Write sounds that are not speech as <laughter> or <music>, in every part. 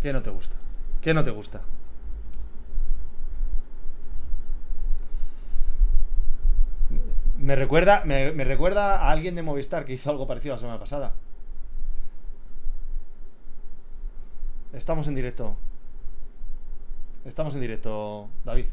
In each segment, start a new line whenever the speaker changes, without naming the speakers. ¿Qué no te gusta? ¿Qué no te gusta? Me recuerda, me, me recuerda a alguien de Movistar que hizo algo parecido la semana pasada. Estamos en directo. Estamos en directo, David.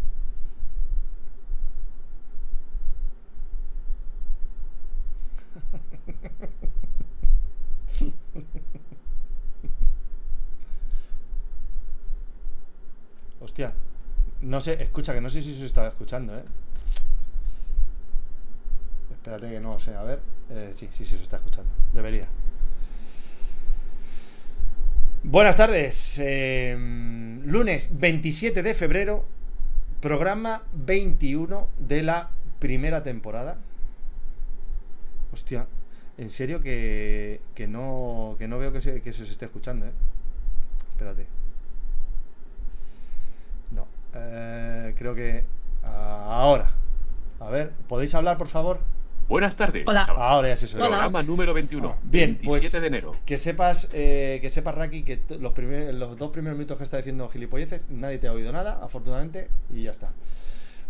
Hostia. No sé, escucha, que no sé si se está escuchando, ¿eh? Espérate que no sé, a ver. Eh, sí, sí, sí, se está escuchando. Debería. Buenas tardes. eh, lunes 27 de febrero, programa 21 de la primera temporada. Hostia, en serio que, que no, que no veo que se, que se os esté escuchando, ¿eh? Espérate. No, eh, creo que ah, ahora. A ver, ¿podéis hablar, por favor?
Buenas tardes,
Hola.
chaval.
Ahora ya se suena.
Hola.
Programa número 21.
Ah, bien, pues-
27 de enero.
Que sepas, eh, que sepas, Raki, que t- los, primer- los dos primeros minutos que está diciendo gilipolleces, nadie te ha oído nada, afortunadamente, y ya está.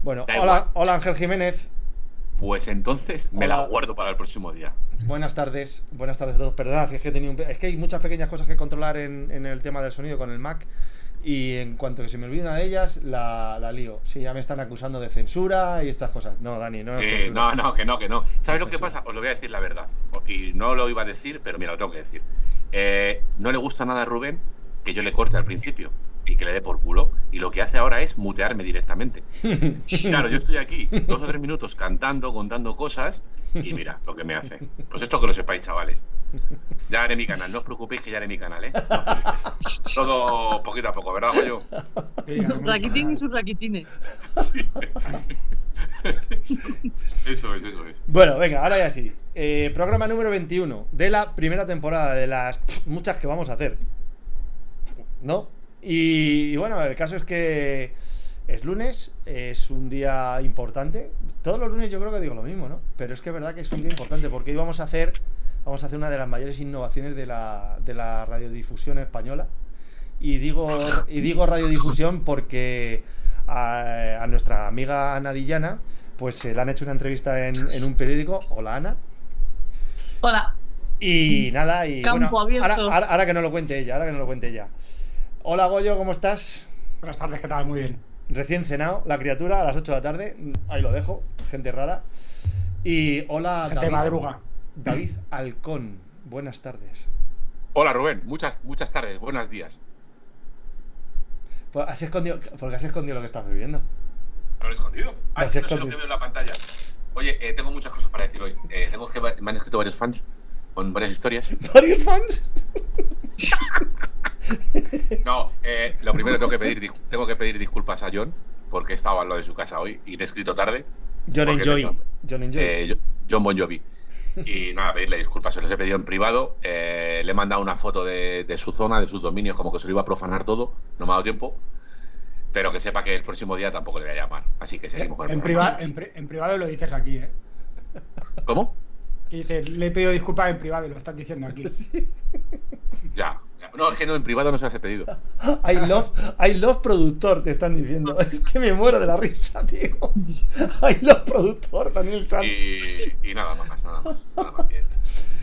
Bueno,
Da igual.
hola, hola Ángel Jiménez,
Pues entonces me la
Hola.
guardo para el próximo día. Buenas
buenas tardes, buenas tardes a todos, perdón, si es que, he tenido un pe- es que hay muchas pequeñas cosas que controlar en, en el tema del sonido con el Mac, y en cuanto que se me olvide una de ellas, la, la lío. Sí, ya me están acusando de censura y estas cosas. No, Dani, no es
Sí,
censura.
no, no, que no, que no. ¿Sabes
No
lo que
censura.
pasa? Os lo voy a decir la verdad. Y no lo iba a decir, pero mira, lo tengo que decir. Eh, no le gusta nada a Rubén que yo le corte al principio y que le dé por culo. Y lo que hace ahora es mutearme <laughs> directamente. Claro, yo estoy aquí dos o tres minutos cantando, contando cosas y mira lo que me hace. Pues esto que lo sepáis, chavales. Ya haré mi canal, no os preocupéis que ya haré mi canal, ¿eh? No os preocupéis. Todo poquito a poco, ¿verdad, <laughs> Goyo?
Sí, haremos
Raquitín y
canal.
sus raquitines.
Sí. <laughs> Eso es, eso es.
Bueno, venga, ahora ya sí. Eh, programa número 21 de la primera temporada, de las pff, muchas que vamos a hacer. ¿No? Y, y bueno, el caso es que es lunes, es un día importante. Todos los lunes yo creo que digo lo mismo, ¿no? Pero es que es verdad que es un día importante porque hoy vamos a hacer, vamos a hacer una de las mayores innovaciones de la, de la radiodifusión española. Y digo, y digo radiodifusión porque a, a nuestra amiga Ana Dillana, pues eh, le han hecho una entrevista en, en un periódico. Hola Ana.
Hola.
Y nada, y
Campo
bueno, ahora,
abierto.
ahora- ahora que no lo cuente ella, ahora que no lo cuente ella. Hola Goyo, ¿cómo estás?
Buenas tardes, ¿qué tal? Muy bien.
Recién cenado, la criatura, a las 8 de la tarde. mm, Ahí lo dejo, gente rara. Y
Ah,
hola
Gente de madruga.
David Alcón, buenas tardes.
Hola, Rubén. Muchas, muchas tardes, buenos días.
Por- Pues, Has escondido, porque has escondido lo que estás bebiendo. <laughs>
No lo he escondido. Ah,
Lo
es que
has
no sé lo
escondido.
que veo en la pantalla. Oye, eh, tengo muchas cosas para decir hoy. Eh, tengo que me han escrito varios fans con varias historias.
¿Varios fans?
No, eh, lo primero tengo que pedir dis- tengo que pedir disculpas a John porque he estado al lado de su casa hoy y le he escrito tarde.
John
Porque
Enjoy.
tengo-
John Enjoy.
Eh, yo- John Bon Jovi. Y nada, pedirle disculpas, se los he pedido en privado. eh, le he mandado una foto de, de su zona, de sus dominios, como que se lo iba a profanar todo. No me ha dado tiempo. Pero que sepa que el próximo día tampoco le voy a llamar. Así que seguimos con el
En,
programa.
priva- en, pri- en privado lo dices aquí, ¿eh?
¿Cómo?
Que dices, le he pedido disculpas en privado y lo estás diciendo aquí.
<laughs>
Ya. No, es que no, en privado no se las he pedido.
I love, I love productor, te están diciendo. <laughs> Es que me muero de la risa, tío. I love productor, Daniel Sanz.
Y, y nada más,
<laughs>
nada más. Nada más que-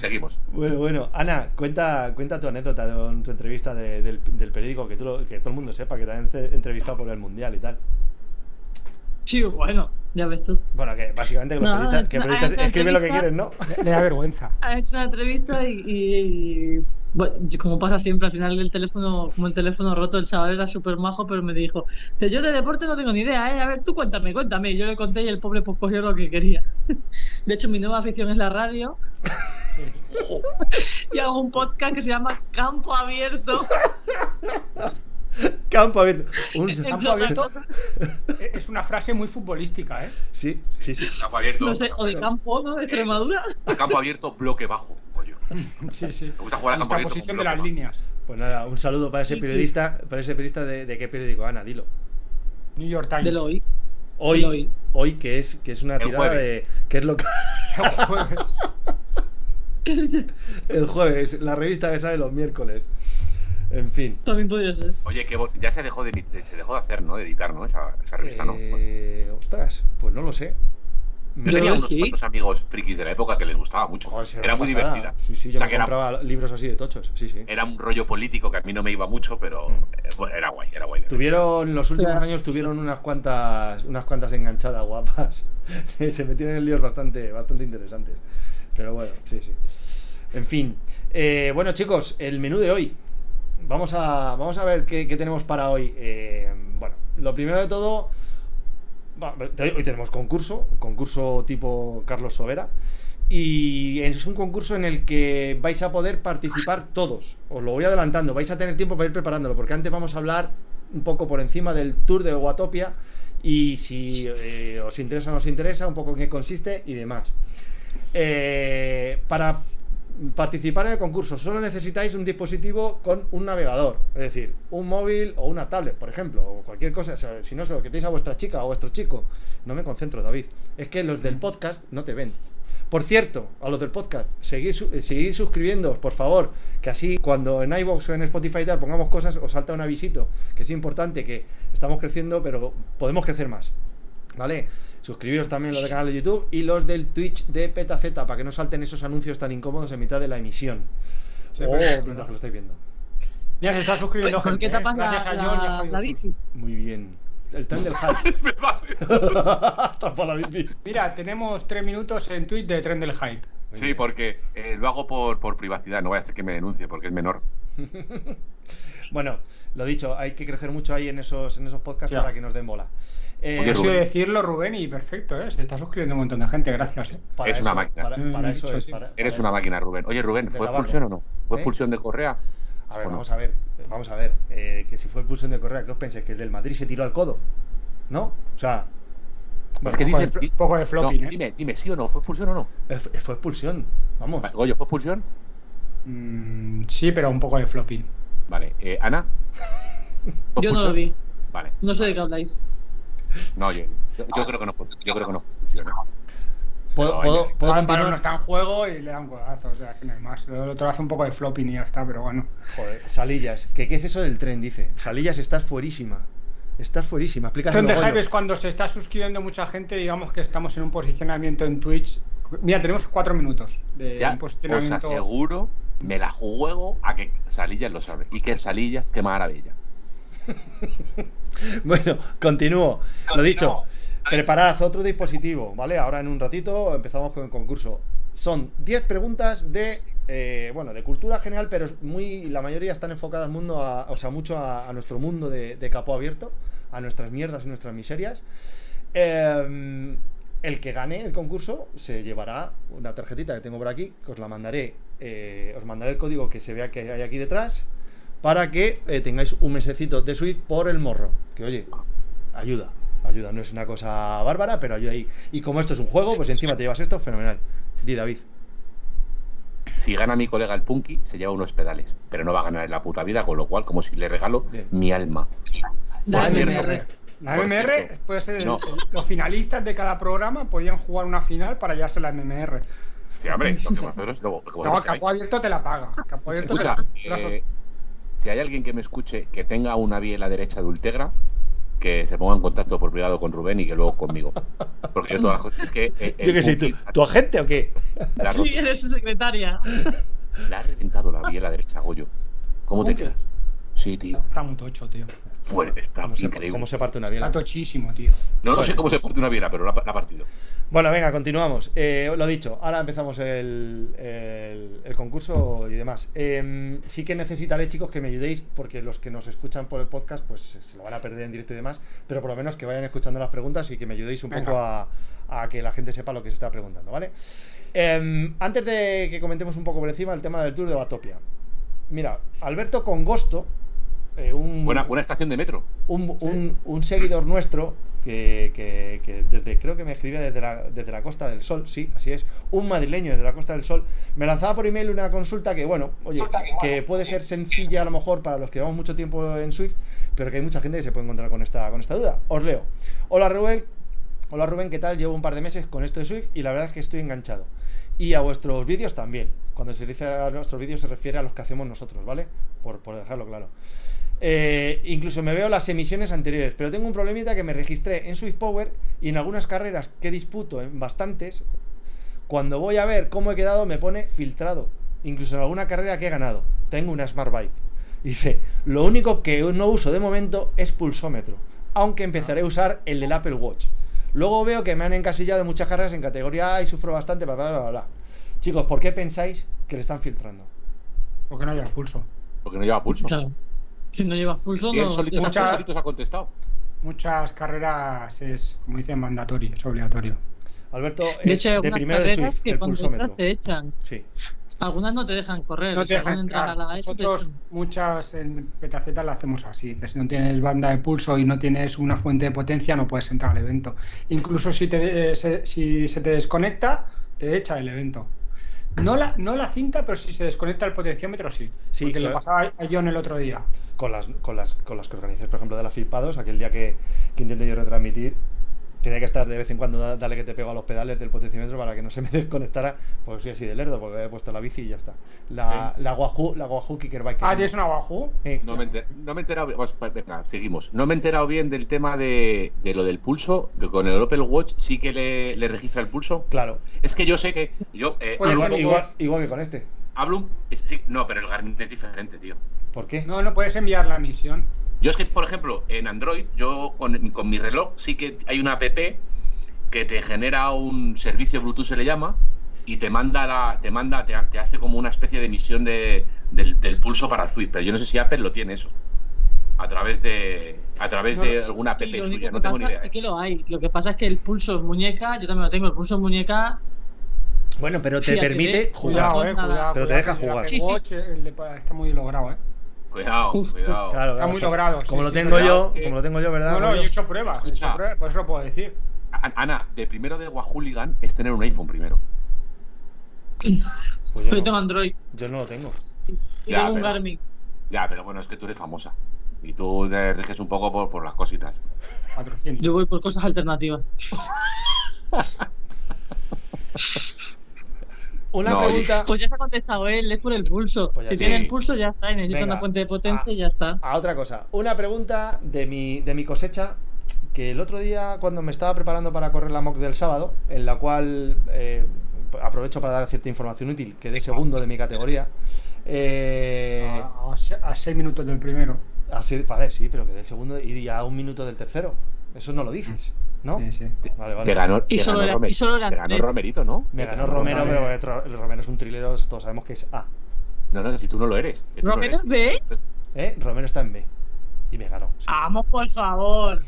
Seguimos.
Bueno, bueno. Ana, cuenta, cuenta tu anécdota, tu, tu entrevista de- del, del periódico, que, tú lo- que todo el mundo sepa que te han ce- entrevistado por el Mundial y tal.
Sí, bueno, ya ves tú.
Bueno, que básicamente que los
No,
periodistas, que
es una-
periodistas
es una
escriben lo que
entrevista.
quieren, ¿no?
Le, le da vergüenza.
Ha hecho una entrevista y, y- y, bueno, yo- como pasa siempre, al final el teléfono, como el teléfono roto, el chaval era súper majo, pero me dijo, "Que yo de deporte no tengo ni idea, ¿eh? A ver, tú cuéntame, cuéntame. Y yo le conté y el pobre pues cogió lo que quería. <laughs> De hecho, mi nueva afición es la radio
Sí.
<laughs> y hago un podcast que se llama Campo Abierto.
<laughs> Campo abierto.
<laughs>
Un-
Campo Abierto. E- Es una frase muy futbolística,
<laughs>
¿eh?
sí, sí, sí.
Campo abierto.
No sé, o de campo, ¿no? De Extremadura.
Campo abierto, bloque bajo. coño.
Sí, sí.
Me gusta jugar a campo abierto.
La
con
posición de
bloque
las
bajo.
líneas.
Pues nada, un saludo para ese
Sí, sí.
periodista, para ese periodista de, de qué periódico, Ana, dilo.
New York Times.
De lo
<laughs>
oí. Lo
Hoy,
oí.
hoy que es que es una
El
tirada
jueves.
de que es lo que el jueves, la revista que sale los miércoles. En fin.
También podría ser.
Oye, que bo- ya se dejó de, edit- se dejó de hacer, ¿no? De editar, ¿no? Esa, esa revista, ¿no?
Eh, ostras, pues no lo sé.
Yo tenía unos
sí.
cuantos amigos frikis de la época que les gustaba mucho.
Joder, si
era muy
pasada.
divertida.
Sí, sí, yo
O sea,
me
que era-
compraba libros así de tochos. Sí, sí.
Era un rollo político que a mí no me iba mucho, pero
Mm.
eh, bueno, era guay, era guay. <laughs>
Tuvieron, los últimos
Ostras.
años tuvieron unas cuantas, unas cuantas enganchadas guapas. <laughs> Se metieron en líos bastante, bastante interesantes. Pero bueno, sí, sí. En fin. Eh, bueno, chicos, el menú de hoy. Vamos a, vamos a ver qué, qué tenemos para hoy. Eh, bueno, lo primero de todo. va, te- Hoy tenemos concurso, concurso tipo Carlos Sobera. Y es un concurso en el que vais a poder participar todos. Os lo voy adelantando, vais a tener tiempo para ir preparándolo, porque antes vamos a hablar un poco por encima del tour de Watopia y si eh, os interesa o no os interesa, un poco en qué consiste y demás. Eh, para participar en el concurso solo necesitáis un dispositivo con un navegador, es decir, un móvil o una tablet, por ejemplo, o cualquier cosa, o sea, si no se lo que tenéis a vuestra chica o a vuestro chico. No me concentro, David. Es que los del podcast no te ven. Por cierto, a los del podcast, seguid, su- eh, seguid suscribiéndoos, por favor, que así cuando en iVoox o en Spotify y tal pongamos cosas, os salta un avisito, que es importante, que estamos creciendo, pero podemos crecer más. ¿Vale? Suscribiros también los del canal de YouTube y los del Twitch de PetaZ para que no salten esos anuncios tan incómodos en mitad de la emisión.
Sí,
o
pero-
mientras que lo estáis viendo.
Ya se está suscribiendo
¿Por
gente.
Pues, qué
¿eh?
tapas la,
Gracias a John y a
la,
Javi
la
Jesús.
bici?
Muy bien. El Thunder
<laughs>
Hype. Tapa la bici.
Mira, tenemos tres minutos en tweet de Tren del Hype.
Sí, porque eh, lo hago por, por privacidad, no vaya a ser que me denuncie porque es menor.
Bueno, lo dicho, hay que crecer mucho ahí en esos, en esos podcasts
Ya.
para que nos den bola. Eh,
Oye,
He sido
Rubén.
decirlo, Rubén, y perfecto, ¿eh? Se está suscribiendo un montón de gente, gracias. ¿eh?
para
Es
eso-
una máquina.
Para, para
Mm,
eso
dicho
es.
así.
para- para
Eres
eso.
una máquina, Rubén. Oye, Rubén,
De
¿fue
trabajo.
expulsión o no? ¿Fue
¿Eh?
expulsión de Correa?
A ver,
¿O no?
vamos a ver, vamos a ver. eh, que si fue expulsión de Correa, ¿qué os pensáis? Que el del Madrid se tiró al codo. ¿No? O sea.
que
Un poco
dices-
de- un poco de
No,
floppy, ¿eh?
dime, dime, ¿sí o no? ¿Fue expulsión o no?
eh, fue fue expulsión. Vamos.
Va- Goyo, ¿fue expulsión?
Mm, sí, pero un poco de floppy.
Vale, eh, Ana. ¿Fue
Yo no
expulsión?
lo vi.
Vale.
No sé de qué habláis.
No, yo, yo- yo creo que no fue, yo creo que no fue expulsión. ¿eh?
Ah,
¿Puedo,
No,
puedo,
oye.
puedo
Ah, pero no
continuar?
está en juego y le da un codazo, o sea, que no hay más. Lo otro hace un poco de floppy y ya está, pero bueno.
Joder, Salillas. ¿Qué, ¿Qué es eso del tren? Dice. Salillas, estás fuerísima. Estás fuerísima. Explícaselo.
Tren del
Goyo.
Hype es cuando se está suscribiendo mucha gente, digamos que estamos en un posicionamiento en Twitch. Mira, tenemos cuatro minutos
eh,
de
Ya,
un
pues
os
posicionamiento.
aseguro, me la juego a que Salillas lo sabe. Y que Salillas, qué maravilla.
<laughs> Bueno, continúo. Lo dicho, preparad otro dispositivo, ¿vale? Ahora en un ratito empezamos con el concurso. Son 10 preguntas de, eh, bueno, de cultura general, pero es muy, la mayoría están enfocadas mundo a- o sea, mucho a, a nuestro mundo de, de capó abierto, a nuestras mierdas y nuestras miserias. Eh, el que gane el concurso se llevará una tarjetita que tengo por aquí, que os la mandaré, eh, os mandaré el código que se vea que hay aquí detrás, para que eh, tengáis un mesecito de Swift por el morro. Que oye, ayuda, ayuda, no es una cosa bárbara, pero ayuda ahí. Y como esto es un juego, pues encima te llevas esto, fenomenal. Di David.
Si gana mi colega el Punky, se lleva unos pedales, pero no va a ganar en la puta vida, con lo cual, como si le regalo
Bien.
mi alma.
La
La
Por cierto,
MMR.
MMR.
La
Por
MMR
cierto,
puede ser.
no.
Los finalistas de cada programa podían jugar una final para hallarse la MMR.
Sí, hombre, lo que vosotros, lo que
No,
vosotros queráis.
Capó Abierto te la paga. Capó Abierto te la
Escucha,
paga.
eh, si hay alguien que me escuche que tenga una biela derecha de Ultegra, que se ponga en contacto por privado con Rubén y que luego conmigo. Porque yo todas las cosas es que. eh, el
Yo qué sé, ¿tú,
Punky
¿tu agente o qué?
La, ha roto,
Sí, eres su secretaria.
la ha reventado la biela derecha, Goyo. ¿Cómo te
Punky.
quedas? Sí, tío.
Está muy tocho, tío.
Fuerte, está
¿Cómo se,
increíble.
cómo se parte una biela?
Está tochísimo, tío.
No, no sé cómo se parte una biela, pero la, ha- la ha partido.
Bueno, venga, continuamos. Eh, lo dicho, ahora empezamos el, el- el concurso y demás. Em, sí que necesitaré, chicos, que me ayudéis, porque los que nos escuchan por el podcast, pues se lo van a perder en directo y demás, pero por lo menos que vayan escuchando las preguntas y que me ayudéis un
Venga.
poco a, a que la gente sepa lo que se está preguntando, ¿vale? Em, antes de que comentemos un poco por encima el tema del tour de Batopia. Mira, Alberto Congosto, eh, un,
Buena, buena estación de metro.
un, un- un seguidor nuestro que, que- que desde creo que me escribía desde la, desde la Costa del Sol, sí, así es, un madrileño desde la Costa del Sol, me lanzaba por email una consulta que, bueno, oye, que puede ser sencilla a lo mejor para los que llevamos mucho tiempo en Swift, pero que hay mucha gente que se puede encontrar con esta, con esta duda. Os leo. Hola Rubén, hola Rubén, ¿qué tal? Llevo un par de meses con esto de Swift y la verdad es que estoy enganchado. Y a vuestros vídeos también. Cuando se dice a nuestros vídeos se refiere a los que hacemos nosotros, ¿vale? por, por dejarlo claro. Eh, incluso me veo las emisiones anteriores, pero tengo un problemita que me registré en Swiss Power y en algunas carreras que disputo, en bastantes, cuando voy a ver cómo he quedado me pone filtrado. Incluso en alguna carrera que he ganado. Tengo una Smart Bike. Dice, lo único que no uso de momento es pulsómetro, aunque empezaré a usar el del Apple Watch. Luego veo que me han encasillado en muchas carreras en categoría A y sufro bastante, bla, bla, bla, bla. Chicos, ¿por qué pensáis que le están filtrando?
Porque no llevas pulso.
Porque no lleva pulso.
Claro. Si no llevas pulso,
Si
no.
él solito,
esas
él
cosas-
solito se ha contestado.
Muchas carreras es, como dicen, mandatorio, es obligatorio.
Alberto
De
es
hecho,
de,
hay algunas
primero de
carreras
Swift,
que
el
cuando
pulsómetro.
entras te echan.
Sí.
Algunas no te dejan correr.
No
o
te
sea, cuando
dejan
entras
entrar.
a la ESO te
Nosotros
echan.
muchas en Petaceta la hacemos así, que si no tienes banda de pulso y no tienes una fuente de potencia no puedes entrar al evento. Incluso si, te, eh, se, si se te desconecta, te echa el evento. No la, no la cinta, pero si se desconecta el potenciómetro sí.
Sí,
porque le
claro.
pasaba a John el otro día.
Con las, con las, con las que organizas, por ejemplo, de las flipados, aquel día que, que intenté yo retransmitir, tenía que estar de vez en cuando, da- dale que te pego a los pedales del potenciómetro para que no se me <laughs> desconectara, porque soy así de lerdo, porque he puesto la bici y ya está. La, la Wahoo, la Wahoo Kicker Bike. que
Ah,
tengo.
¿tienes una Wahoo?
Eh,
No me, enter- no me he enterado bien. Vamos, pa- venga, seguimos. No me he enterado bien del tema de, de lo del pulso, que con el Opel Watch sí que le, le registra el pulso.
Claro.
Es que yo sé que. Yo eh, hablo,
Oye,
Igual,
tampoco-
igual- igual que con este.
hablo un- es- sí, no, pero el Garmin es diferente, tío.
¿Por qué?
No, no puedes enviar la misión.
Yo es que, por ejemplo, en Android, yo con, con mi reloj sí que hay una app que te genera un servicio Bluetooth, se le llama, y te manda, la, te, manda te, ha- te hace como una especie de emisión de, del, del pulso para Zwift, pero yo no sé si Apple lo tiene eso. A través de, a través
No,
de alguna app
Sí, lo único
suya,
que
no tengo
pasa
ni idea.
Sí
¿eh?
que lo hay. Lo que pasa es que el pulso en muñeca, yo también lo tengo, el pulso en muñeca.
Bueno, pero te
Sí, a que
permite
ve.
jugar.
Cuidado, eh,
Nada.
cuidado.
Pero te
cuidado,
deja
que el
jugar.
Apple
Sí, sí.
Watch, el de- está muy logrado, ¿eh?
Cuidado,
Uf, uf.
cuidado.
Claro,
Está
claro.
muy logrado. sí,
Como lo
sí,
tengo
cuidado.
yo,
eh,
como lo tengo yo, ¿verdad?
No, no, yo
Mario?
he hecho pruebas, he hecho
Escucha.
pruebas, por eso lo puedo decir.
An- Ana, de primero de Wahooligan es tener un iPhone primero.
Pues
Pero
yo,
yo tengo
no,
Android.
yo no lo tengo.
Y
Ya,
tengo un
pero-
Garmin.
Ya, pero bueno, es que tú eres famosa. Y tú te riges un poco por, por las cositas.
400.
Yo voy por cosas alternativas.
Una
No, oye.
pregunta
Pues ya se ha contestado él, es por el pulso.
Pues ya
si
está.
tiene
Sí.
el pulso, ya está. Y necesita
Venga.
una fuente de potencia
Ah.
y ya está.
a otra cosa. Una pregunta de mi, de mi cosecha. Que el otro día, cuando me estaba preparando para correr la mock del sábado, en la cual eh, aprovecho para dar cierta información útil, quedé segundo de mi categoría. Eh,
A- a, se- a seis minutos del primero.
así, vale, sí, pero quedé segundo y a un minuto del tercero. Eso no lo dices, ¿no?
Sí, sí.
Vale, vale.
Te ganó, te
Y solo
ganó
era-
Romer-
y solo eran
te ganó
tres.
Romerito, ¿no?
Me
Te
ganó Romero,
Romero.
pero tro- el Romero es un trilero, todos sabemos que es A.
No, no, si tú no lo eres. que tú no
¿Romero
eres.
es B?
¿Eh? Romero está en B. Y me ganó. sí, sí.
Vamos, por favor.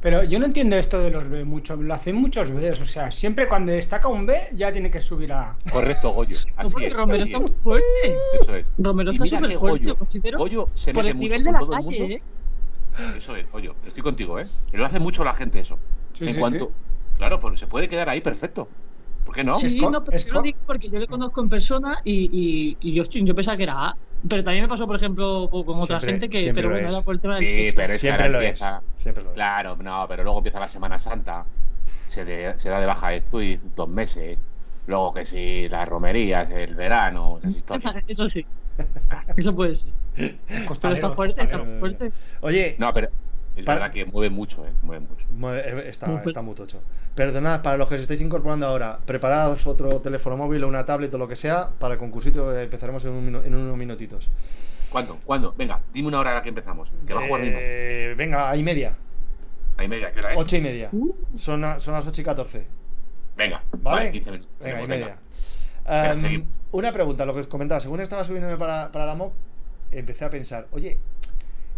Pero yo no entiendo esto de los B mucho. Lo hacen muchos B. O sea, siempre cuando destaca un B ya tiene que subir a A.
Correcto, Goyo.
<laughs> No,
Así
porque
es.
Romero
así
está
es.
muy fuerte.
Eso es.
Romero
Y
está
mira que
súper fuerte,
Goyo-
lo considero.
Goyo se
por
mete
el
mucho
nivel
con
de la
todo el
calle,
mundo.
¿eh?
Eso es, Goyo. Estoy contigo, ¿eh? Pero lo hace mucho la gente eso.
Sí,
en
sí,
cuanto.
sí.
Claro, porque se puede quedar ahí perfecto. ¿Por qué no?
Es
Sí,
co-
no, pero
es
yo lo
co-
digo porque yo le conozco en persona y, y, y yo, estoy- yo pensaba que era A. Pero también me pasó, por ejemplo, con con otra
Siempre-
gente que
siempre
pero
lo
bueno,
es.
era por el tema del
Sí,
pulso.
pero es que
Siempre
ahora
lo es.
empieza-
Siempre lo es.
Claro, no, pero luego empieza la Semana Santa, se, de- se da de baja de Zwift dos meses, luego que si las romerías, el verano,
<laughs>
esas historias.
Eso
<laughs>
sí. Eso puede ser. Pero
Costalero,
está fuerte, está
costalero.
fuerte.
Oye,
No, pero es
Para-
verdad que mueve mucho, ¿eh? Mueve mucho.
mu- eh, está,
Muy fuerte.
está muy tocho. Perdonad, para los que os estáis incorporando ahora, preparaos otro teléfono móvil o una tablet o lo que sea para el concursito. eh, Empezaremos en, un minu- en unos minutitos.
¿Cuándo? ¿Cuándo? Venga, dime una hora a la que empezamos. Que va a jugar mismo.
Eh, venga, a y media.
Hay media, ¿qué hora es?
Ocho y media.
Uh.
Son, a- son las ocho y catorce.
Venga,
¿Vale?
vale, 15 minutos.
Venga, y
Venga.
media. Em,
seguimos.
una pregunta, lo que os comentaba, según estaba subiéndome para, para la MOC, empecé a pensar, oye,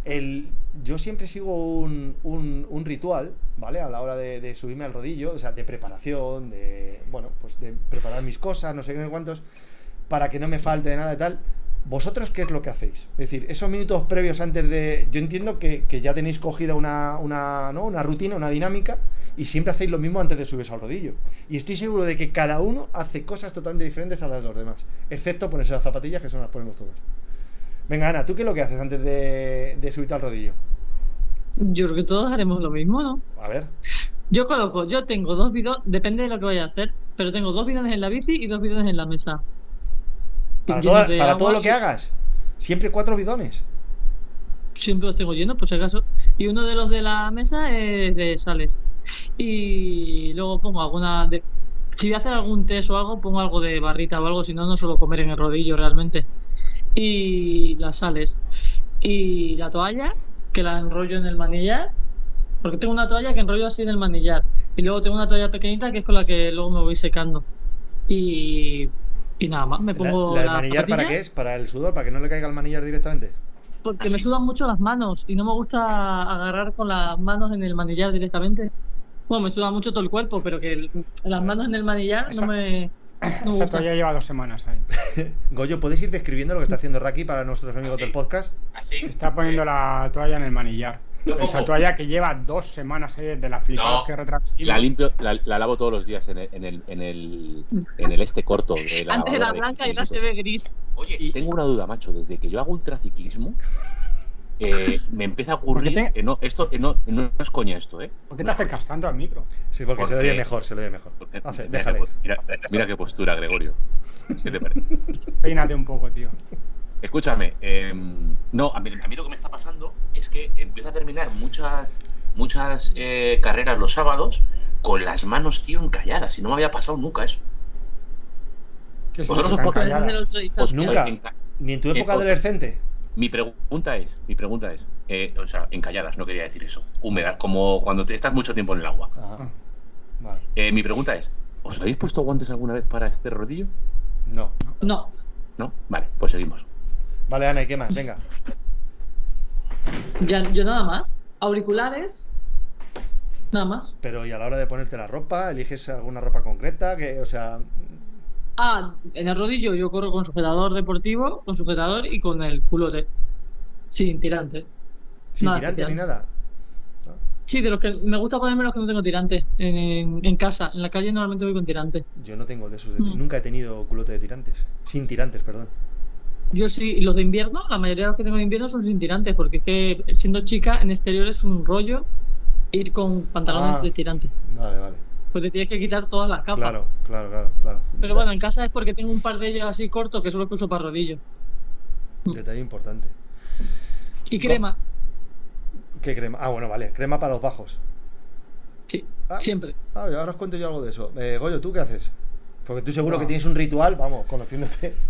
el, yo siempre sigo un, un- un ritual, ¿vale? A la hora de, de subirme al rodillo, o sea, de preparación, de, bueno, pues de preparar mis cosas, no sé qué, no sé cuántos, para que no me falte nada y tal. ¿Vosotros qué es lo que hacéis? Es decir, esos minutos previos antes de... Yo entiendo que, que ya tenéis cogida una, una, ¿no? una rutina, una dinámica, y siempre hacéis lo mismo antes de subirse al rodillo. Y estoy seguro de que cada uno hace cosas totalmente diferentes a las de los demás, excepto ponerse las zapatillas, que son las ponemos todos. Venga, Ana, ¿tú qué es lo que haces antes de, de subirte al rodillo?
Yo creo que todos haremos lo mismo, ¿no?
A ver.
Yo coloco, yo tengo dos bidones, depende de lo que vaya a hacer, pero tengo dos bidones en la bici y dos bidones en la mesa.
Para,
Llenos
toda-
de
para
agua
todo lo
y-
que hagas. Siempre cuatro bidones.
Siempre los tengo llenos, por si acaso. Y uno de los de la mesa es de sales. Y luego pongo alguna. De... Si voy a hacer algún test o algo, pongo algo de barrita o algo, si no, no suelo comer en el rodillo realmente. Y las sales. Y la toalla, que la enrollo en el manillar. Porque tengo una toalla que enrollo así en el manillar. Y luego tengo una toalla pequeñita que es con la que luego me voy secando. Y, y nada más, me pongo.
¿La, la del
las
manillar para
zapatillas
qué es? ¿Para el sudor? ¿Para que no le caiga el manillar directamente?
Porque
Así.
me sudan mucho las manos y no me gusta agarrar con las manos en el manillar directamente. Bueno, me suda mucho todo el cuerpo, pero que el- las manos en el manillar
Esa-
no me. no me
Esa
gusta.
toalla lleva dos semanas ahí.
Goyo, ¿puedes ir describiendo lo que está haciendo Raki para nuestros amigos
Sí.
del podcast?
Así.
Está poniendo la toalla en el manillar.
No.
Esa toalla que lleva dos semanas ahí desde la flipada
No.
que
Y la
retransmitimos.
limpio, la, la lavo todos los días en el, en el, en el, en el este corto. De la
Antes era
lavadora de
blanca y ahora
quince
se ve gris.
minutos. Oye, y tengo una duda, macho. Desde que yo hago ultraciclismo,
<laughs>
eh, me empieza a ocurrir.
Porque te-
que no, esto que no, no es coña esto, ¿eh?
¿Por qué te acercas tanto al micro?
Sí, porque
¿Por
se lo oye
qué?
mejor, se lo oye mejor.
Porque-
Hace,
mira,
déjale.
qué pos- mira, mira qué postura, Gregorio. ¿Qué te parece?
Peínate un poco, tío.
Escúchame, eh, no, a mí, a mí lo que me está pasando es que empiezo a terminar muchas, muchas eh, carreras los sábados con las manos, tío, encalladas. Y no me había pasado nunca eso.
Que se
Vosotros
te
os po-
Pero
quedan
es
calladas.
el otro día.
Os-
Nunca.
enca-
Ni en tu época
Eh, o-
adolescente.
Mi pregunta es, mi pregunta es, eh, o sea, encalladas, no quería decir eso, húmedas, como cuando te estás mucho tiempo en el agua.
Ajá. Vale.
Eh, mi pregunta es, ¿os habéis puesto guantes alguna vez para este rodillo?
No.
No,
¿No? Vale, pues seguimos.
Vale, Ana, ¿y qué más? Venga.
ya, yo nada más. Auriculares. Nada más.
Pero y a la hora de ponerte la ropa, eliges alguna ropa concreta, que, o sea,
Ah, en el rodillo yo corro con sujetador deportivo, con sujetador y con el culote. Sin tirante.
sin
Nada
tirante ni
especial.
nada.
Sí, de los que me gusta ponerme los que no tengo tirante en, en casa. En la calle normalmente voy con tirante.
Yo no tengo de esos. de-
Mm.
Nunca he tenido culote de tirantes. Sin tirantes, perdón.
Yo sí, y los de invierno, la mayoría de los que tengo de invierno son sin tirantes, porque es que siendo chica en exterior es un rollo ir con pantalones
Ah.
de tirantes.
Vale, vale.
Pues te tienes que quitar todas las capas.
Claro, claro, claro, claro.
Pero bueno, en casa es porque tengo un par de ellos así cortos que son los que uso para rodillo. mm.
Detalle importante.
Y
Va-
crema,
¿Qué crema? Ah, bueno, vale. Crema para los bajos.
sí,
Ah,
siempre.
ah, ahora os cuento yo algo de eso. Eh, Goyo, ¿tú qué haces? Porque tú seguro
No.
que tienes un ritual, vamos, conociéndote.
Ah.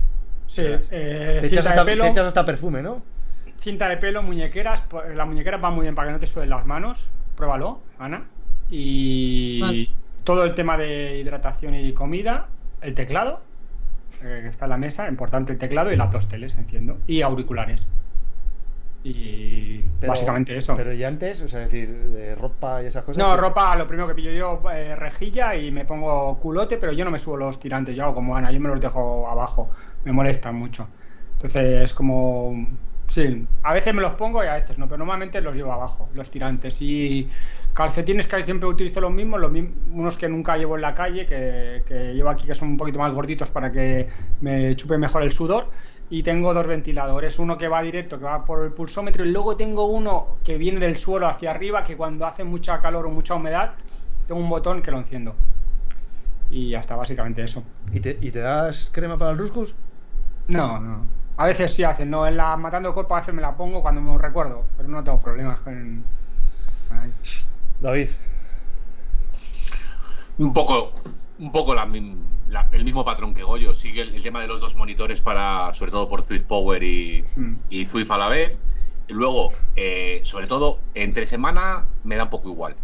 Sí, eh,
<laughs> Te echas,
cinta,
hasta,
de
te
pelo,
echas hasta perfume, ¿no?
cinta de pelo, muñequeras. pues, po- Las muñequeras van muy bien para que no te suden las manos. Pruébalo, Ana. Y
Vale.
todo el tema de hidratación y comida. El teclado, eh, que está en la mesa. Importante el teclado y las dos teles, enciendo. Y auriculares. Y
Pero-
básicamente eso.
Pero y antes, o sea, decir, de ropa y esas cosas.
No,
¿qué?
ropa, lo primero que pillo yo, eh, rejilla y me pongo culote, pero yo no me subo los tirantes, yo hago como Ana, yo me los dejo abajo, me molestan mucho. Entonces, es como. Sí, a veces me los pongo y a veces no, pero normalmente los llevo abajo, los tirantes. Y calcetines que siempre utilizo los mismos, los mim- unos que nunca llevo en la calle, que, que llevo aquí que son un poquito más gorditos para que me chupe mejor el sudor. Y tengo dos ventiladores, uno que va directo, que va por el pulsómetro, y luego tengo uno que viene del suelo hacia arriba, que cuando hace mucha calor o mucha humedad, tengo un botón que lo enciendo. Y hasta básicamente eso.
¿Y te, y te das crema para el Ruscus?
No, no. A veces sí hacen, no, en la matando cuerpo a veces me la pongo cuando me recuerdo, pero no tengo problemas con. Ay.
David.
Un poco, un poco la mim- la- el mismo patrón que Goyo. Sigue el, el tema de los dos monitores para, sobre todo por Swift Power y,
Mm.
y Zwift a la vez. Luego, eh, sobre todo, entre semana me da un poco igual.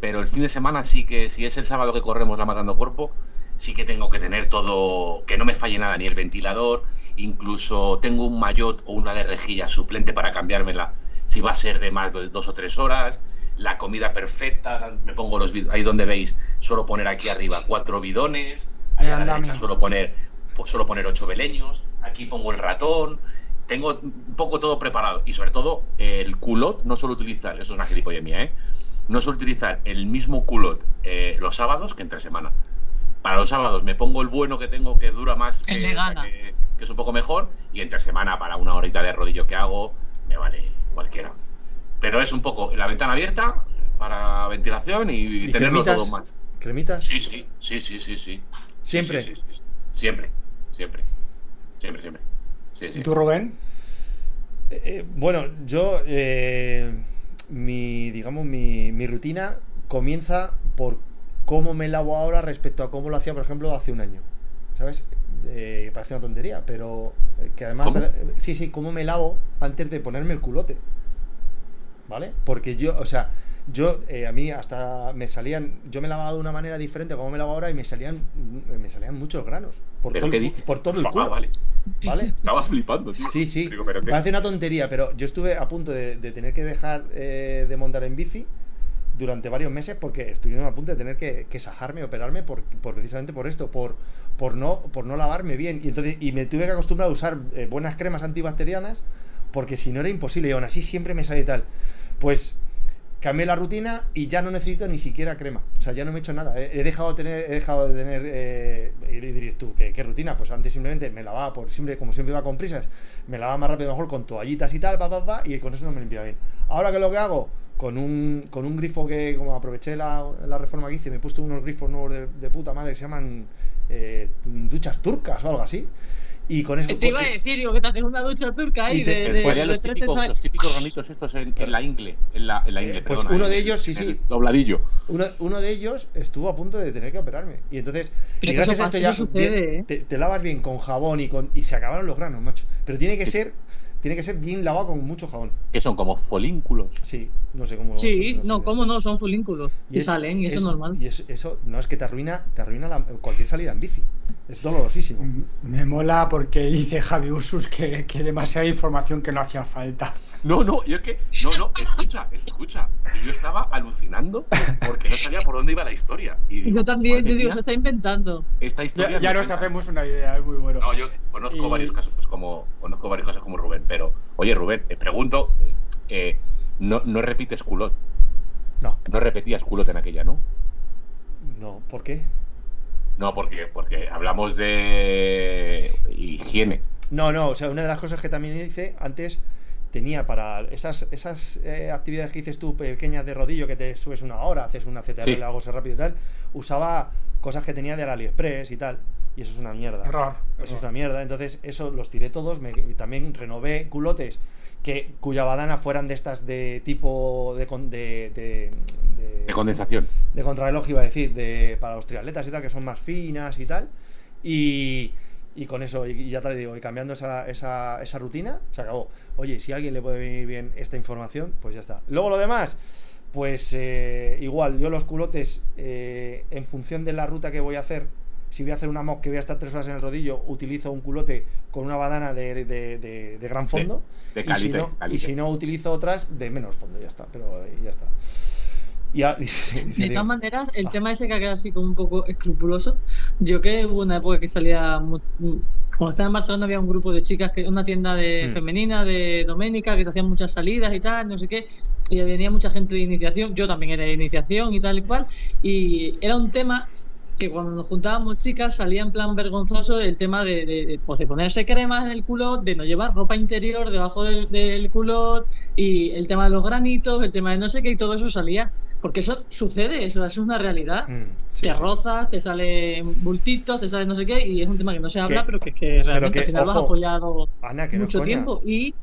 Pero el fin de semana sí que, si es el sábado que corremos la Matando Cuerpo, sí que tengo que tener todo, que no me falle nada, ni el ventilador, incluso tengo un maillot o una de rejilla suplente para cambiármela, si va a ser de más de dos o tres horas, la comida perfecta, me pongo los bid- ahí donde veis, suelo poner aquí arriba cuatro bidones, ahí
El
a la
andamio.
derecha suelo poner, pues, suelo poner ocho beleños, aquí pongo el ratón, tengo un poco todo preparado y sobre todo el culot no suelo utilizar, eso es una gilipollez mía, ¿eh? No suelo utilizar el mismo culot eh, los sábados que entre semana. Para los sábados me pongo el bueno que tengo que dura más,
El
que,
de gala.
que, que es un poco mejor, y entre semana para una horita de rodillo que hago me vale cualquiera. Pero es un poco la ventana abierta para ventilación y,
¿Y
tenerlo
cremitas?
todo más.
¿Cremitas?
Sí, sí, sí, sí, sí, sí.
Siempre.
Sí, sí, sí, sí. Siempre, siempre. Siempre, siempre. Sí, sí.
¿Y tú, Rubén?
Eh, bueno, yo. eh, mi, digamos, mi, mi rutina comienza por cómo me lavo ahora respecto a cómo lo hacía, por ejemplo, hace un año. ¿Sabes? Eh, parece una tontería, pero eh, que además.
¿Cómo?
eh, Sí, sí, cómo me lavo antes de ponerme el culote. ¿Vale? Porque yo, o sea, yo, eh, a mí hasta me salían. Yo me lavaba de una manera diferente a como me lavo ahora y me salían, me salían muchos granos. Por,
¿Pero
todo,
qué
el cu-
dices?
por todo el
Ah,
culo.
vale.
¿Vale?
Estaba flipando, tío.
Sí, sí.
Digo, ¿pero qué?
Parece una tontería, pero yo estuve a punto de, de tener que dejar eh, de montar en bici durante varios meses porque estuvieron a punto de tener que, que sajarme, operarme por, por- precisamente por esto, por, por, no, por no lavarme bien. Y entonces y me tuve que acostumbrar a usar eh, buenas cremas antibacterianas porque si no era imposible y aún así siempre me sale tal. Pues cambié la rutina y ya no necesito ni siquiera crema. O sea, ya no me he hecho nada. He, he dejado de tener, he dejado de tener. eh, y diréis tú, ¿qué, qué rutina? Pues antes simplemente me lavaba por siempre, como siempre iba con prisas, me lavaba más rápido, mejor con toallitas y tal, pa, pa, pa, y con eso no me limpiaba bien. Ahora que lo que hago, con un, con un grifo que, como aproveché la, la reforma que hice, me he puesto unos grifos nuevos de, de puta madre que se llaman eh, duchas turcas o algo así. Y con eso.
Te iba a decir, digo, que te haces una ducha turca ahí
Y te-
Eh, de, de,
pues-
Serían
de
los,
tres
típicos,
te sale-
los típicos granitos estos en, en la ingle. En la, en la
Eh,
ingle
pues
perdona,
uno de
en-
ellos, sí,
en
sí.
el Dobladillo.
Uno, uno de ellos estuvo a punto de tener que operarme. Y entonces,
Pero
y
que eso
gracias a esto
pasa,
ya
eso sucede,
bien-
¿eh?
te, te lavas bien con jabón y con. Y se acabaron los granos, macho. Pero tiene que
Sí.
ser. Tiene que ser bien lavado con mucho jabón.
Que son como folínculos.
Sí, Oh, no sé cómo.
Sí,
cómo se
no,
dice.
cómo no, son folínculos. Y,
es-
salen, y eso es normal.
Y eso, eso no es que te arruina, te arruina la- cualquier salida en bici. Es dolorosísimo.
Mm.
Mm, Me mola porque dice Javi Ursus que, que demasiada información que no hacía falta.
No, no, y es que. No, no, escucha, escucha. Y yo estaba alucinando porque no sabía por dónde iba la historia. Y digo,
Yo también,
madre
yo digo,
mía,
se está inventando.
esta
Ya,
historia.
ya
me
nos
encanta.
hacemos una idea, es muy bueno.
No, yo conozco
Y-
varios casos pues, como. Conozco varios casos como Rubén, pero. Oye, Rubén, te pregunto. eh, no, no repites culot.
No,
No repetías culot en aquella, ¿no?
no, ¿por qué?
No, porque, porque hablamos de higiene.
No, no, o sea, una de las cosas que también hice antes tenía para esas, esas eh, actividades que dices tú, pequeñas de rodillo, que te subes una hora, haces una CTR,
Sí.
algo así rápido y tal, usaba cosas que tenía de AliExpress y tal, y eso es una mierda.
Error.
Eso es
error.
una mierda, entonces eso los tiré todos, me, y también renové culotes que cuya badana fueran de estas de tipo de con- de, de, de-
De condensación.
de contrarreloj iba a decir, de, para los triatletas y tal, que son más finas y tal. Y, y con eso, y, y ya te digo, y cambiando esa, esa, esa rutina, se acabó. Oye, si a alguien le puede venir bien esta información, pues ya está. Luego lo demás, pues eh, igual, yo los culotes, eh, en función de la ruta que voy a hacer, si voy a hacer una mock que voy a estar tres horas en el rodillo, utilizo un culote con una badana de, de- de- de gran fondo. Y
De
si,
calite.
no, y
calite.
si no utilizo otras de menos fondo, ya está, pero eh, ya está. Y a- <laughs> dice- dice
De todas
Diego,
maneras, el
Ah.
tema ese que ha quedado así como un poco escrupuloso, yo que hubo una época que salía, mu- mu- cuando estaba en Barcelona había un grupo de chicas, que una tienda de
Mm.
femenina, de doménica, que se hacían muchas salidas y tal, no sé qué, y venía mucha gente de iniciación, yo también era de iniciación y tal y cual, y era un tema que cuando nos juntábamos chicas salía en plan vergonzoso el tema de, de- de, pues, de ponerse cremas en el culo, de no llevar ropa interior debajo del, del culo, y el tema de los granitos, el tema de no sé qué, y todo eso salía. Porque eso sucede, eso es una realidad.
Mm, sí,
te
sí.
rozas, te salen bultitos, te sale no sé qué, y es un tema que no se habla,
Que-
pero que es que realmente
que,
al final lo has
ojo,
apoyado
Ana, que no es
mucho
coña.
tiempo. Y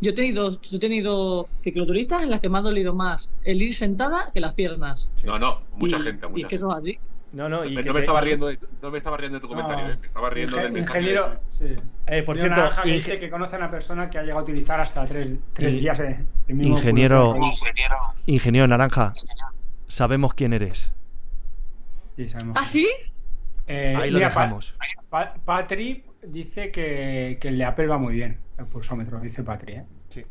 yo he tenido, yo he tenido cicloturistas en las que me ha dolido más el ir sentada que las piernas.
Sí.
No, no, mucha
Y-
gente,
Y
mucha
es
gente.
que eso es así.
No, no, y
Me-
que
no, me
te-
estaba riendo de, tu- no me estaba riendo de tu comentario,
No.
eh, me estaba riendo del
Inge-
mensaje.
ingeniero, sí.
Eh, por
Mira,
cierto,
Javi
inge-
dice que conoce a una persona que ha llegado a utilizar hasta tres, tres
Inge-
días eh, el mismo
ingeniero-
culo.
ingeniero naranja, sabemos quién eres.
Sí, sabemos.
¿Ah, sí?
Eh,
Ahí lo
mira, Pa-
dejamos.
Pa- Patri dice que, que el de Apple va muy bien, el pulsómetro, dice Patri. ¿eh?
Sí,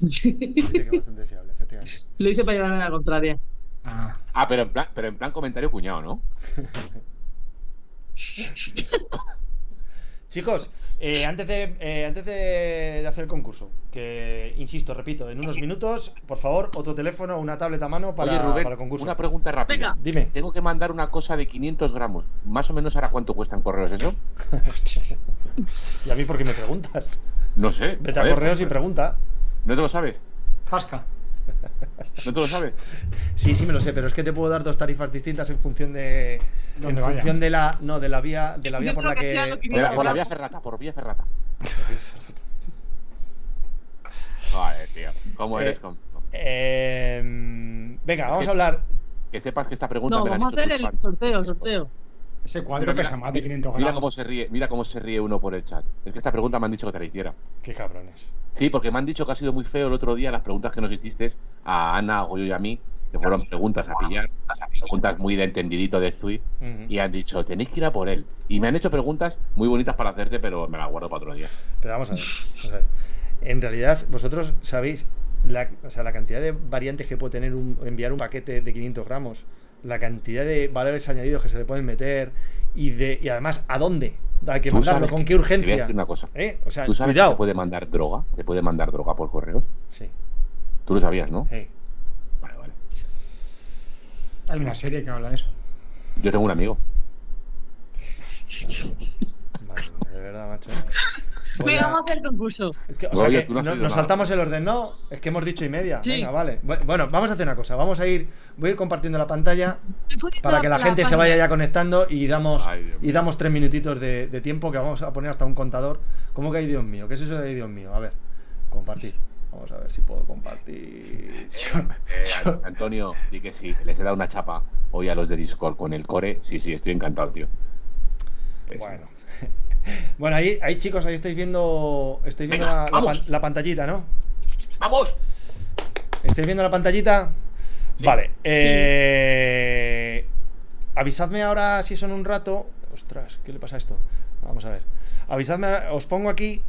<laughs> dice que es bastante fiable, efectivamente.
lo hice para llevarme a la contraria.
Ah,
Ah, pero en plan, pero en plan comentario cuñado, ¿no?
Chicos, eh, antes, de, eh, antes de, de hacer el concurso, que insisto, repito, en unos minutos, por favor, otro teléfono, una tablet a mano para,
Oye, Rubén,
para el concurso.
una pregunta rápida.
Venga.
Dime,
Tengo que mandar una cosa de 500 gramos. Más o menos ahora cuánto cuestan correos eso.
¿y a mí por qué me preguntas?
No sé.
Vete a
joder,
correos y pregunta.
No te lo sabes.
Zasca.
No te lo sabes.
Sí, sí me lo sé, pero es que te puedo dar dos tarifas distintas en función de en
Donde vaya.
función de la no, de la vía, de la
Yo
vía por
creo
la
que sea
que
lo que
por la
Por la
que-
vía ferrata, por vía ferrata. ¿Cómo
Eh,
eres? con- con-
Eh, venga,
Es
vamos
que-
a hablar.
Que sepas que esta pregunta
No,
me la han
vamos a
hecho
hacer
tus
el
fans.
sorteo,
Es por-
sorteo.
Ese
Pero
cuadro
mira-
pesa más de 500
Mira
gramos.
cómo se ríe, mira cómo se ríe uno por el chat. Es que esta pregunta me han dicho que te la hiciera.
Qué cabrones.
Sí, porque me han dicho que ha sido muy feo el otro día las preguntas que nos hiciste a Ana, a Goyo y a mí, que fueron preguntas a pillar, preguntas muy de entendidito de Zui,
Ujú.
y han dicho, tenéis que ir a por él. Y me han hecho preguntas muy bonitas para hacerte, pero me las guardo para otro día.
Pero vamos a ver. vamos a ver. En realidad, vosotros sabéis la, o sea, la cantidad de variantes que puede tener un, enviar un paquete de 500 gramos, la cantidad de valores añadidos que se le pueden meter y, de, y además a dónde hay que
Tú
mandarlo,
sabes
con qué
que- Te voy a
urgencia.
decir una cosa.
¿Eh? O sea,
¿Tú sabes que
cuidado.
te puede mandar droga? ¿Te puede mandar droga por correos?
Sí,
Tú lo sabías, ¿no?
eh.
Vale, vale.
Hay una serie que habla de eso.
Yo tengo un amigo.
Madre mía, de verdad, macho. Voy
Venga,
a-
vamos a hacer el concurso.
Es que, o
No,
sea
oye,
que
tú no has
no-
oído
nos
nada.
saltamos el orden, no, es que hemos dicho y media.
Sí.
Venga, vale. Bu- Bueno, vamos a hacer una cosa, vamos a ir, voy a ir compartiendo la pantalla para que la gente se vaya ya conectando y damos
Ay, Dios
y
mío.
damos tres minutitos de, de tiempo que vamos a poner hasta un contador. ¿Cómo que hay Dios mío? ¿Qué es eso de ay, Dios mío? A ver, compartir. Vamos a ver si puedo compartir.
Eh, An- Antonio, di que sí, les he dado una chapa hoy a los de Discord con el core. Sí, sí, estoy encantado, tío. Eh, sí.
Bueno. <laughs> Bueno, ahí, ahí chicos, ahí estáis viendo, estáis viendo
Venga,
la- la
vamos.
pan- la pantallita, ¿no?
¡Vamos!
¿Estáis viendo la pantallita?
Sí.
Vale. eh, Avisadme ahora si son un rato. Ostras, ¿qué le pasa a esto? Vamos a ver. Avisadme, ahora- os pongo aquí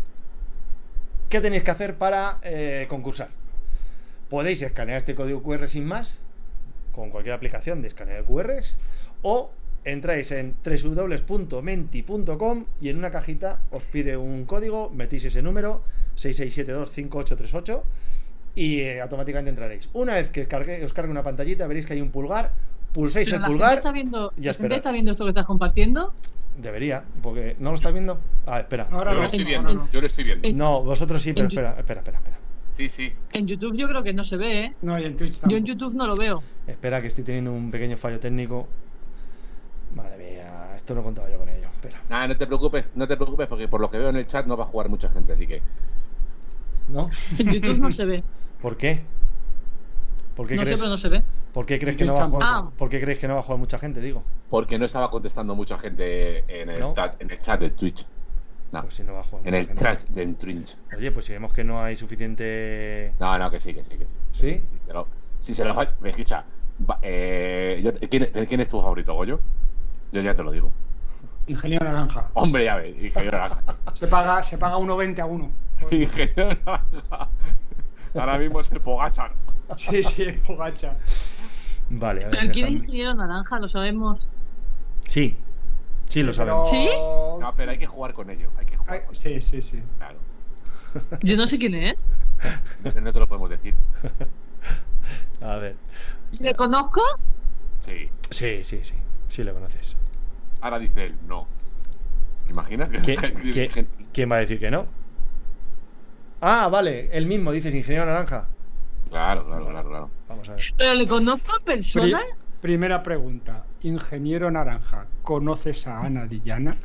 qué tenéis que hacer para eh, concursar. Podéis escanear este código QR sin más, con cualquier aplicación de escaneo de QRs, o entráis en www.menti.com y en una cajita os pide un código, metéis ese número, 66725838 y eh, automáticamente entraréis. Una vez que cargue- os cargue una pantallita, veréis que hay un pulgar, pulsáis
Pero
el
la
pulgar.
gente está viendo,
y a
la gente
esperar.
está viendo esto que estás compartiendo.
Debería, porque no lo está viendo. Ah, espera.
Ahora
Yo
no,
lo estoy
ahora
viendo,
no.
yo lo estoy viendo.
No, vosotros sí, pero
En tu-
espera, espera, espera, espera.
Sí, sí.
En YouTube yo creo que no se ve, ¿eh?
No, y en Twitch
Yo
tampoco.
en YouTube no lo veo.
Espera, que estoy teniendo un pequeño fallo técnico. Madre mía, esto no contaba yo con ello. Espera.
Nada, no te preocupes, no te preocupes, porque por lo que veo en el chat no va a jugar mucha gente, así que.
¿No?
En YouTube no se ve.
¿Por qué? ¿Por <laughs> qué
No sé,
crees,
pero no se ve.
por qué crees
en
que no va a
Twitch
jugar?
tampoco.
¿Por qué crees que no va a jugar mucha gente? Digo.
Porque no estaba contestando mucha gente en el,
No.
chat, en el chat de Twitch.
Ah.
No,
Pues si no va a jugar
en
mucha
el
gente.
chat de Twitch.
Oye, pues si vemos que no hay suficiente.
No, no, que sí, que sí, que sí. que
¿Sí?
que se lo- si se lo va- Escucha, va- eh, yo- ¿quién, quién es tu favorito, Goyo? Yo ya te lo digo.
Ingenio naranja.
Hombre, ya ves, ingeniero naranja.
Se paga, se paga 1,20 a 1.
Ingeniero naranja. Ahora mismo es el Pogachar.
<laughs> Sí, sí, es Pogacha.
Vale, a ver.
Pero ¿quién es
dejadme.
ingeniero naranja? Lo sabemos.
Sí. Sí, lo
Pero-
sabemos.
¿Sí?
No, pero hay que jugar con ello. Hay que
Ay,
jugar. con ello,
Sí, sí, sí.
Claro.
Yo no sé quién es.
No- No te lo podemos decir.
A ver.
¿Le conozco?
Sí.
Sí, sí, sí. Sí, lo conoces.
Ahora dice él, no. ¿Te imaginas? <laughs>
¿Qué- qué- ¿Quién va a decir que no? Ah, vale, el mismo, dices, ingeniero naranja.
Claro, claro, claro, claro.
Vamos a ver.
¿Pero le conozco en
Pri-
persona?
primera pregunta. Ingeniero naranja, ¿conoces a Ana Dillana?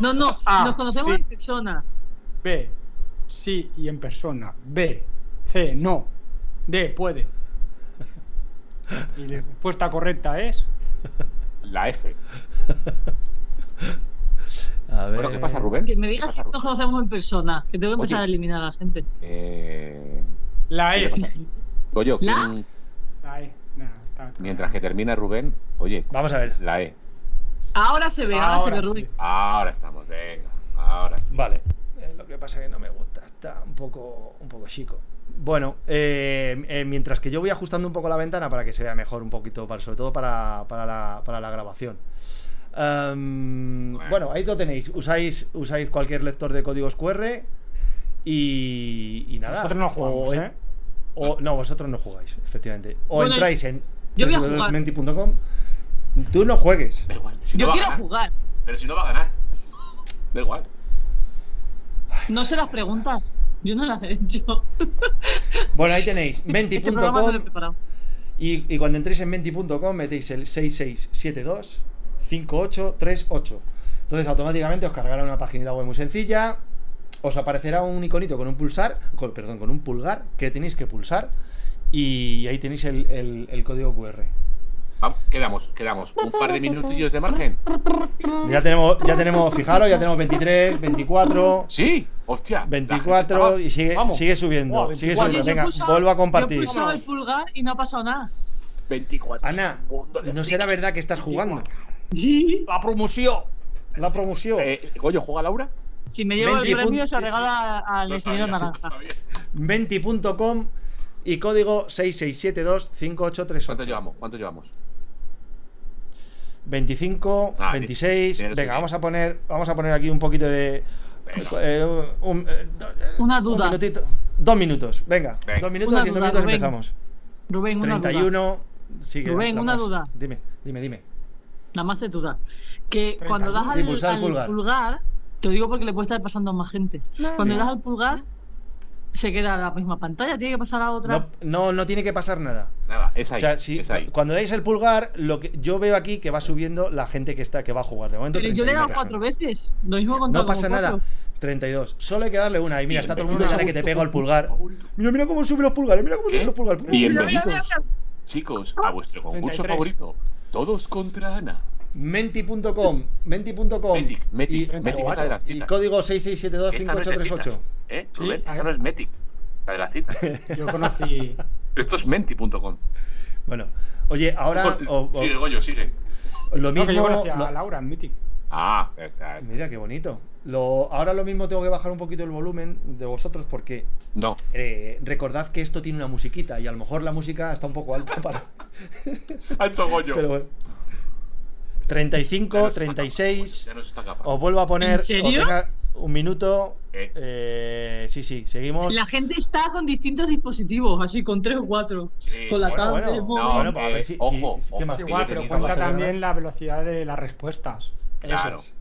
No, no,
Ah,
nos conocemos
sí.
en persona.
B. Sí y en persona. B. C. No. D. Puede. Y la respuesta correcta es.
La F.
A ver.
Bueno, ¿qué pasa, Rubén?
Que me digas
¿Qué
si
pasa,
nos conocemos en persona, que tengo que empezar
Oye.
a eliminar a la gente.
Eh,
La
¿Qué
E.
le pasa? Goyo,
¿La?
¿quién-
La E. Nah, está- está-
mientras que termina Rubén, oye,
Vamos a ver.
la E.
Ahora se ve, ahora, se ve
Ahora
Rubén.
sí.
Ahora estamos, venga. Ahora sí.
Vale. Eh, lo que pasa es que no me gusta, está un poco, un poco chico. Bueno, eh, eh, mientras que yo voy ajustando un poco la ventana para que se vea mejor un poquito, para, sobre todo para, para la, para la grabación. Am,
Bueno.
bueno, ahí lo tenéis. Usáis, usáis cualquier lector de códigos QR y, y nada.
Nosotros no
O
jugamos,
en-
¿eh?
O, no, vosotros no jugáis, efectivamente. O
Bueno,
entráis en
yo voy a jugar.
www.menti.com. Tú no juegues.
Da igual. Si
Yo
no va a
quiero
ganar.
jugar,
Pero si no va a ganar. Da igual.
no sé las preguntas. Yo no las he hecho.
Bueno, ahí
<laughs>
tenéis
Este programa no lo he
menti.com
preparado.
y, y cuando entréis en menti.com metéis el 6672 5838. Entonces automáticamente os cargará una página web muy sencilla, os aparecerá un iconito con un pulsar, con- perdón, con un pulgar que tenéis que pulsar y ahí tenéis el, el- el código QR.
Vamos, quedamos, quedamos. Un par de minutillos de margen.
Ya tenemos, ya tenemos, fijaros, ya tenemos 23, 24,
Sí, hostia. la gente
24
estaba-
y sigue,
Vamos.
sigue subiendo,
Buah, 24.
sigue subiendo.
Oye, yo
Venga,
pulsaba-
vuelvo a
Yo he
compartir.
pulsado el pulgar y no ha pasado nada.
24.
Ana, no será verdad que estás jugando.
Sí.
La promoción.
La promoción.
Eh, Goyo, ¿juega Laura?
Si me llevo el
20
premio, se
puntos.
lo regalo a- al ingeniero naranja.
Venti.com y código
¿Cuánto
6672583.
llevamos? ¿Cuánto llevamos?
25,
Ah,
26.
tiene que
Venga,
ser.
vamos a poner, vamos a poner aquí un poquito de
Venga.
eh, un- eh, do-
Una
un
duda.
minutito. dos minutos, venga,
Venga.
dos minutos
Una
y en dos
duda,
minutos
Rubén.
empezamos.
Rubén, una duda.
31, sigue.
Rubén,
la
una
más.
duda.
Dime, dime, dime.
Nada más de duda. Que
30.
cuando das
Sí,
al,
pulsar el
al
pulgar.
pulgar. te lo digo porque le puede estar pasando a más gente. Cuando
Sí.
das al pulgar, se queda la misma pantalla, tiene que pasar a otra.
No, no, no tiene que pasar nada.
Nada, es ahí.
o sea, si,
es ahí.
cuando dais el pulgar, lo que yo veo aquí que va subiendo la gente que está que va a jugar. De momento
Pero yo le he
31
dado cuatro
personas.
veces. Lo mismo con
No pasa nada. 32. Solo hay que darle una. Y mira, está todo el mundo y
Bienvenidos
sale
a
que te
vuestro
pega el pulgar.
concurso favorito.
Mira, mira cómo suben los pulgares. Mira cómo
¿Qué?
suben los pulgares.
Bienvenidos, chicos, a vuestro concurso
33.
favorito. Todos contra Ana.
Menti.com. Menti.com.
Metic,
Y,
Metic, Metic es la de las
y
citas.
código
Esta no es de citas,
667258338.
¿eh?
Sí,
Rubén,
a
esta
ver.
no es Metic, la de las
<laughs>
citas.
Yo conocí.
Esto es menti.com.
Bueno, oye, ahora o- o-
Sigue, Goyo, sigue.
lo
No, que
mismo.
yo conocí a
lo-
Laura en Mythic.
Ah, esa es.
mira qué bonito. Lo, ahora lo mismo tengo que bajar un poquito el volumen de vosotros porque
No,
eh, recordad que esto tiene una musiquita y a lo mejor la música está un poco alta para.
ha hecho Goyo.
Pero bueno.
Ya
35,
nos está escapando,
36.
Ya nos está escapando.
Os vuelvo a poner.
¿En serio?
os deja un minuto.
Eh.
Eh, sí, sí, seguimos.
La gente está con distintos dispositivos, así con tres o cuatro.
Sí,
con la
bueno,
Bueno,
tablet,
bueno,
móvil.
no,
bueno, para
eh,
ver si.
ojo,
si- si- ¿qué
ojo,
más?
Es
que
igual,
yo he
pero
tenido
cuenta
bastante
también la velocidad de las respuestas.
Eso
Claro.
es.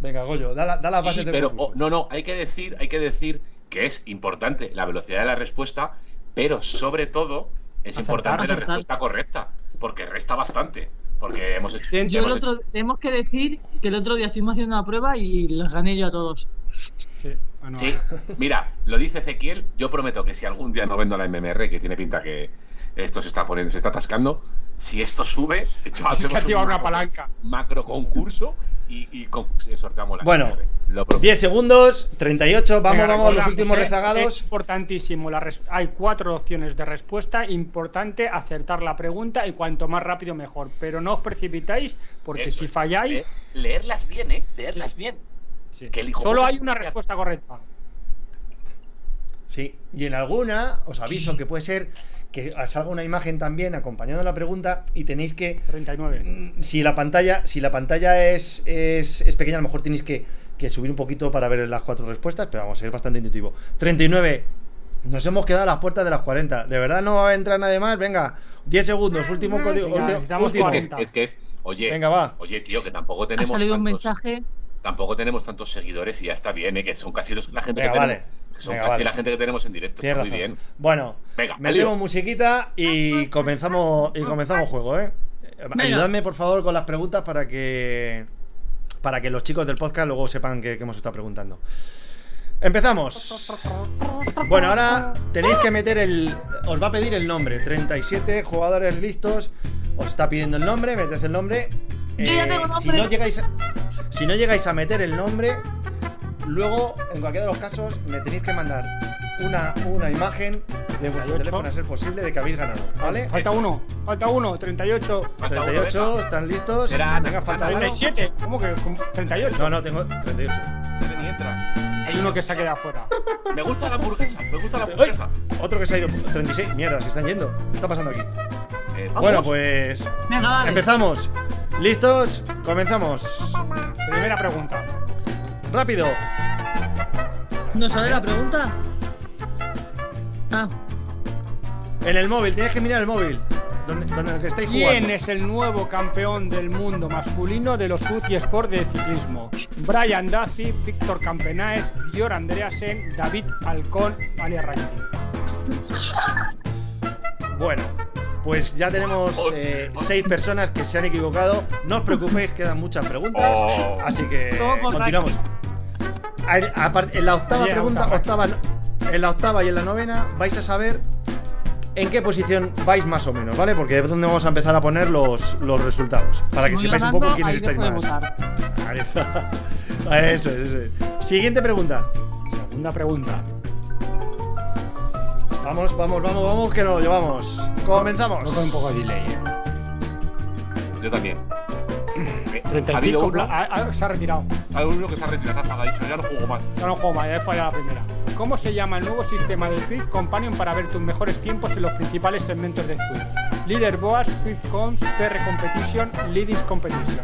Venga, Goyo, da, la, da las
Sí,
bases del
pero
concurso.
oh, no, no, hay que decir, hay que decir que es importante la velocidad de la respuesta, pero sobre todo es
Acertar,
importante la
acertar.
respuesta correcta, porque resta bastante, porque hemos hecho,
Bien,
ya
Yo el
hemos hecho-
otro, tenemos que decir que el otro día estuvimos haciendo una prueba y los gané yo a todos.
Sí, bueno,
Sí, mira, lo dice Ezequiel, yo prometo que si algún día no vendo la MMR, que tiene pinta que esto se está poniendo, se está atascando, si esto sube, hecho,
<laughs> Hay
hacemos
que activar
un
una
macro-
palanca.
macro concurso y, y con- eh, sorteamos la
Bueno,
MMR. Lo prometo.
10 segundos, 38. Vamos,
Venga,
vamos, los
recordamos,
últimos
eh,
rezagados.
Es importantísimo. la res- Hay cuatro opciones de respuesta. Importante acertar la pregunta y cuanto más rápido mejor. Pero no os precipitáis porque
Eso
si
es.
falláis,
Le- leerlas bien, ¿eh? Leerlas bien.
sí.
que el hijo
solo
puta-
hay una respuesta correcta.
Sí, y en alguna os aviso que puede ser que salga una imagen también acompañando la pregunta y tenéis que
39.
Mm, si la pantalla, si la pantalla es, es, es pequeña, a lo mejor tenéis que, que subir un poquito para ver las cuatro respuestas, pero vamos, es bastante intuitivo. 39. Nos hemos quedado a las puertas de las 40. ¿De verdad no va a entrar nadie más? Venga, 10 segundos, último código.
Venga,
ulti-
necesitamos
último.
Es que es, es que es- oye,
Venga, va.
oye, tío, que tampoco
Ha
tenemos
salido un
tantos-
mensaje.
tampoco tenemos tantos seguidores y ya está bien, ¿eh? que son casi los- la gente
Venga,
que
vale.
tenemos, que son
Venga,
casi
vale.
la gente que tenemos en directo.
Tienes
Está muy
razón.
bien.
Bueno,
Venga,
metemos
al lío.
musiquita y comenzamos, y comenzamos juego, ¿eh? Eh,
Venga.
Ayudadme, por favor, con las preguntas para que. Para que los chicos del podcast luego sepan que, que hemos estado preguntando. Empezamos. Bueno, ahora tenéis que meter el. Os va a pedir el nombre. 37 jugadores listos. Os está pidiendo el nombre, meted el nombre. Eh,
Yo ya tengo
si
nombre.
no llegáis a- si no llegáis a meter el nombre, Luego, en cualquiera de los casos, me tenéis que mandar una, una imagen de vuestro
38.
teléfono, a ser posible, de que habéis ganado, ¿vale?
Falta
Eso.
uno, falta uno, 38,
Falta uno,
38, ¿están listos?
Será Ana,
Venga, falta
Ana,
uno.
37. ¿Cómo que con 38?
No, no, tengo 38.
venga, se ven y entran.
Hay uno que se ha quedado fuera.
Me gusta la hamburguesa, me gusta la
¡Ay!
hamburguesa.
Otro que se ha ido. 36. Mierda, se están yendo. ¿Qué está pasando aquí?
Eh, vamos.
Bueno, pues.
Venga, vale.
Empezamos. ¿Listos? Comenzamos.
Primera pregunta.
Rápido.
¿No sale la pregunta? Ah,
En el móvil, tenéis que mirar el móvil. Donde, donde que estáis
¿Quién
jugando.
es el nuevo campeón del mundo masculino de los UCI Sport de ciclismo? Brian Duffy, Víctor Campenaes, Dior Andreasen, David Alcón, Alia Rayani.
Bueno, pues ya tenemos eh, seis personas que se han equivocado. No os preocupéis, quedan muchas preguntas.
Oh.
Así que
Todo por
continuamos. A- a par- en la octava
Ayer,
pregunta, octava,
octava.
en la octava y en la novena vais a saber en qué posición vais más o menos, ¿vale? Porque es donde vamos a empezar a poner los, los resultados. Para que
Si voy
sepáis un
ganando,
poco quiénes
ahí
estáis
dejo de
más.
votar.
Ahí está. <laughs> Eso es, eso es. Siguiente pregunta.
Segunda pregunta.
Vamos, vamos, vamos, vamos, que nos lo llevamos. Comenzamos.
Creo que hay un poco de delay. ¿eh?
Yo también. Eh, Ha
35
habido
pla-
uno,
ah, ah, se ha retirado.
ha habido uno que se ha retirado, se ha apagado, ha dicho, ya no juego más.
Ya no juego más, ya he fallado la primera. ¿Cómo se llama el nuevo sistema de Swift Companion para ver tus mejores tiempos en los principales segmentos de Swift? Leaderboard, Swift Cons, TR Competition, Leadings Competition.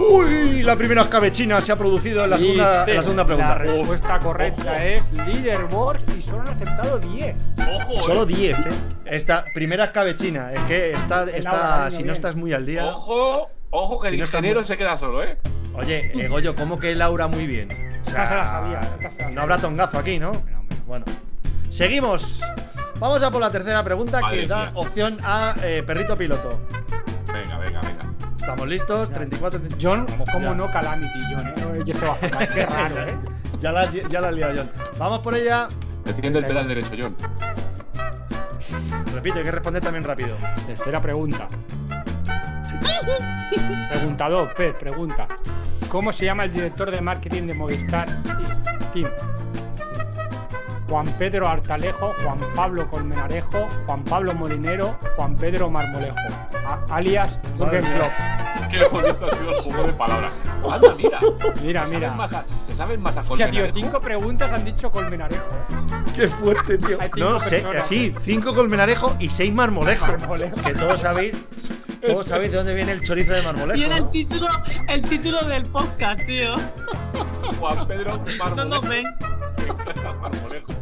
Uy, la primera escabechina se ha producido en la segunda, en la segunda
La
pregunta.
respuesta correcta
Ojo.
es Leaderboard y solo han aceptado 10.
Ojo, eh.
Solo 10, ¿eh? Esta primera escabechina. Es que está, está,
cariño,
si no
bien.
estás muy al día.
Oh.
Ojo, ojo que
Si
el
no está
ingeniero
muy-
se queda solo, ¿eh?
Oye, eh, Goyo, ¿cómo que Laura muy bien? O
Esta se la sabía, esta se la
no
sabía.
habrá tongazo aquí, ¿no? Bueno, seguimos. Vamos a por la tercera pregunta
Madre
que da
mía.
opción a eh, perrito piloto.
Venga, venga, venga.
Estamos listos, 34, 34.
John,
Vamos,
¿cómo
ya. Ah,
no Calamity, John? eh? Oye, se va a jugar, qué raro, ¿eh?
Ya la, ya la he liado, John. Vamos por ella.
Defiende el pedal derecho, John.
Repito, hay que responder también rápido.
Tercera pregunta. Preguntador, P, pregunta. ¿Cómo se llama el director de marketing de Movistar y- Team? Juan Pedro Artalejo, Juan Pablo Colmenarejo, Juan Pablo Molinero, Juan Pedro Marmolejo, a- alias
Madre
Jürgen
mía.
Klopp.
Qué bonito ha sido el juego de palabras. Anda, mira.
Mira,
se
mira.
Pues Saben más a, se saben más a
Hostia, tío,
Colmenarejo.
cinco preguntas han dicho Colmenarejo.
Qué fuerte, tío.
Hay cinco
No sé,
personas.
sí, cinco colmenarejo y seis marmolejos.
Marmolejo.
Que todos sabéis, todos sabéis de dónde viene el chorizo de marmolejo.
Y era el
¿no?
título, el título del podcast, tío.
Juan Pedro
No
Marmolejo.
nos ven.
<laughs> Marmolejo.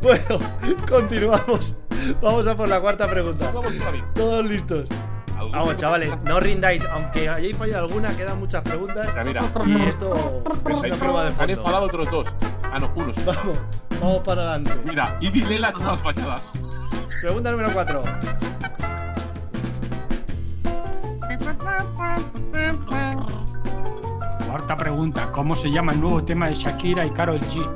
Bueno, <laughs> continuamos. Vamos a por la cuarta pregunta.
Vamos, Javi.
Todos listos.
Algún-
Vamos, chavales, no rindáis. Aunque hayáis fallado alguna, quedan muchas preguntas.
Mira, mira.
Y esto es una prueba de
Han
fondo.
enfadado otros dos. Ah, no, uno. sí.
Vamos, vamos para adelante.
Mira, y dile las todas falladas.
Pregunta número 4.
Cuarta pregunta. ¿Cómo se llama el nuevo tema de Shakira y Karol G?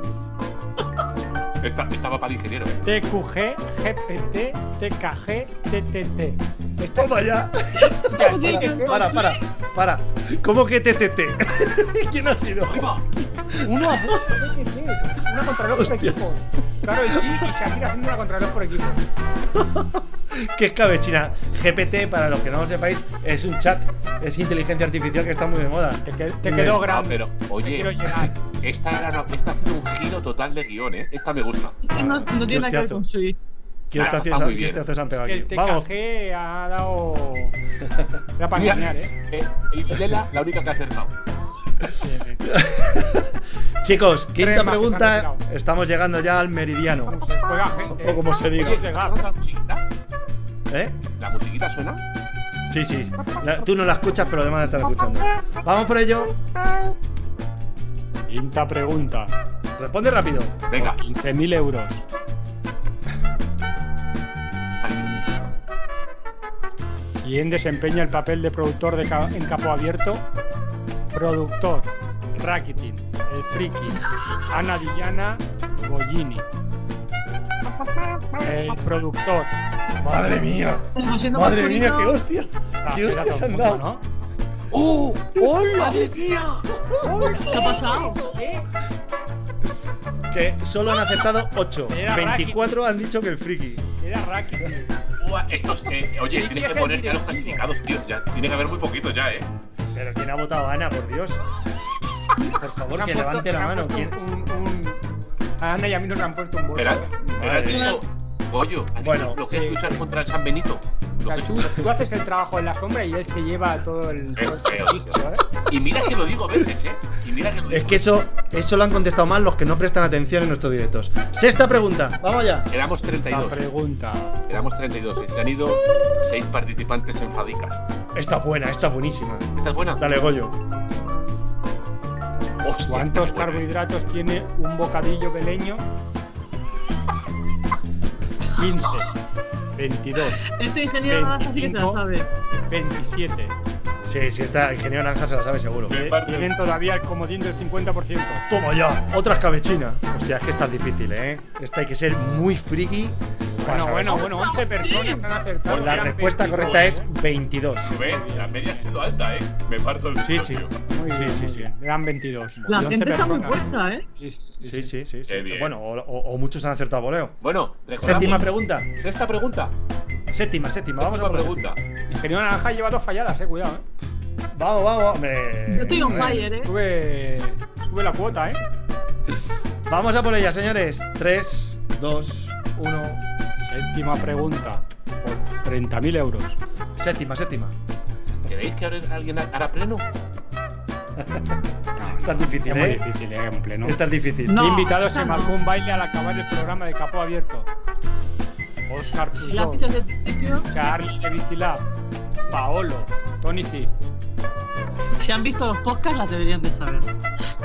Esta, esta va para el ingeniero, eh.
TQG, GPT, TKG, TTT. Esta
Toma ya.
Sí, que-
Para, para, para. ¿Cómo que <laughs> TTT? ¿Quién ha sido?
Ahí va.
Uno a punto, sí, sí, sí. Una contrarreloj por equipos. Claro, sí, y Shakira haciendo una contrarreloj por equipos.
¿Qué es cabechina? GPT, para los que no lo sepáis, es un chat. Es inteligencia artificial que está muy de moda.
Te, que- te
Bien.
quedó
Ah,
grande.
pero,
Te quiero
oye, <laughs>
llenar.
esta, era, una- esta ha sido un giro total de guión, eh. Esta me gusta.
No, no tiene nada que ver con Sui.
¿Qué os
Ah,
hace
está muy
qué
bien.
hostiazos han pegado
Que el
aquí?
TKG
Vamos,
ha dado.
<laughs>
Era para
Mira,
engañar, eh.
eh, Y Vilela, la única que ha acertado.
chicos, quinta
Tres más, que se
pregunta.
han retirado.
Estamos llegando ya al meridiano.
Como se juega gente. eh.
O como se diga.
Oye, ¿te suena la musiquita?
¿Eh?
¿La musiquita suena?
Sí, sí. La- tú no la escuchas, pero además la están escuchando. Vamos por ello.
Quinta pregunta.
Responde rápido.
Venga.
15.000 euros.
Ay, Dios mío.
¿Quién desempeña el papel de productor de ca- en capo abierto? Productor, Rakitin, El Friki, Ana Villana, Gollini. El productor.
Madre mía.
Como siendo
Madre mía,
masculino,
qué hostia.
Está-
Qué
era
hostias
todo
han
junto,
dado.
¿no?
¡Oh! ¡Hola! ¡Madre mía!
¿Qué ha pasado?
Que solo han acertado 8.
Era
24 han dicho que el friki.
Era Rakitin.
Buah, estos, eh, oye,
¿Y
tienes
qué
que poner
es el
ya los
directivo?
clasificados, tío. Ya, tiene que haber muy poquito ya, eh.
Pero ¿quién ha votado a Ana, por Dios? Por favor, que
Nos han
levante la
puesto- nos han
mano. ¿Quién?
puesto un- un- A Ana y a mí nos han puesto un voto.
Espera, espera,
Madre.
tío. Goyo, has dicho
Bueno,
lo que
sí.
es luchar contra el San Benito. Lo
O
que
sea,
es
tú,
luchar-
tú haces el trabajo en la sombra y él se lleva todo el.
Es
todo el ¿eh?
feo.
prestigio, ¿sabes?
Y mira que lo digo a veces, eh. Y mira que lo digo.
Es que eso, eso lo han contestado mal los que no prestan atención en nuestros directos. Sexta pregunta. Vamos allá.
Éramos
La
32.
pregunta.
Éramos 32. Y ¿eh? se han ido 6 participantes en Fadicas.
Esta es buena, esta es buenísima.
¿Esta es buena?
Dale, Goyo.
Hostia, este esta
¿Cuántos
es buena.
carbohidratos tiene un bocadillo beleño? 15, 22,
Este ingeniero ahora sí que se la sabe.
27,
Sí, sí, está. Ingeniero Naranja se la sabe seguro.
Sí.
Eh, Tienen todavía el comodín del 50%.
Toma ya, otra escabechina. Hostia, es que esta es difícil, ¿eh? Esta hay que ser muy friki. para
Bueno,
saber.
bueno, bueno, 11 personas han acertado.
Pues la
Eran ¿eh?
respuesta
25.
correcta es 22.
Rubén, la media ha sido alta, ¿eh? Me parto el
Sí, sí.
micrófono.
Muy bien,
Sí, sí,
muy
sí.
bien. Eran 22.
La
Y 11
gente está muy
personas.
puesta, ¿eh?
Sí, sí, sí,
Sí, sí, sí. sí.
Qué bien.
Bueno, o, o- o muchos han acertado voleo.
Bueno, recordamos.
Séptima pregunta.
Sexta pregunta.
Séptima, séptima. Vamos a
Séptima
por la
pregunta.
Ingeniero Naranja lleva dos falladas, eh, cuidado, eh.
séptima. Vamos, vamos, hombre.
Yo estoy on
Hombre.
fire, ¿eh?
Sube, sube la cuota, ¿eh?
Vamos a por ella, señores. 3, 2, 1.
Séptima pregunta. Por 30.000 euros.
Séptima, séptima.
¿Queréis que ahora alguien hará pleno?
Esta es difícil,
Es muy
¿eh?
difícil, ¿eh? En pleno.
Esta es difícil.
No.
Mi invitado se
no.
marcó un baile al acabar el programa de Capó Abierto. Oscar
Si la
Pujol,
fichas este desde el principio,
Charlie de Vicilab, Paolo, Tony C.
si han visto los podcasts, las deberían de saber.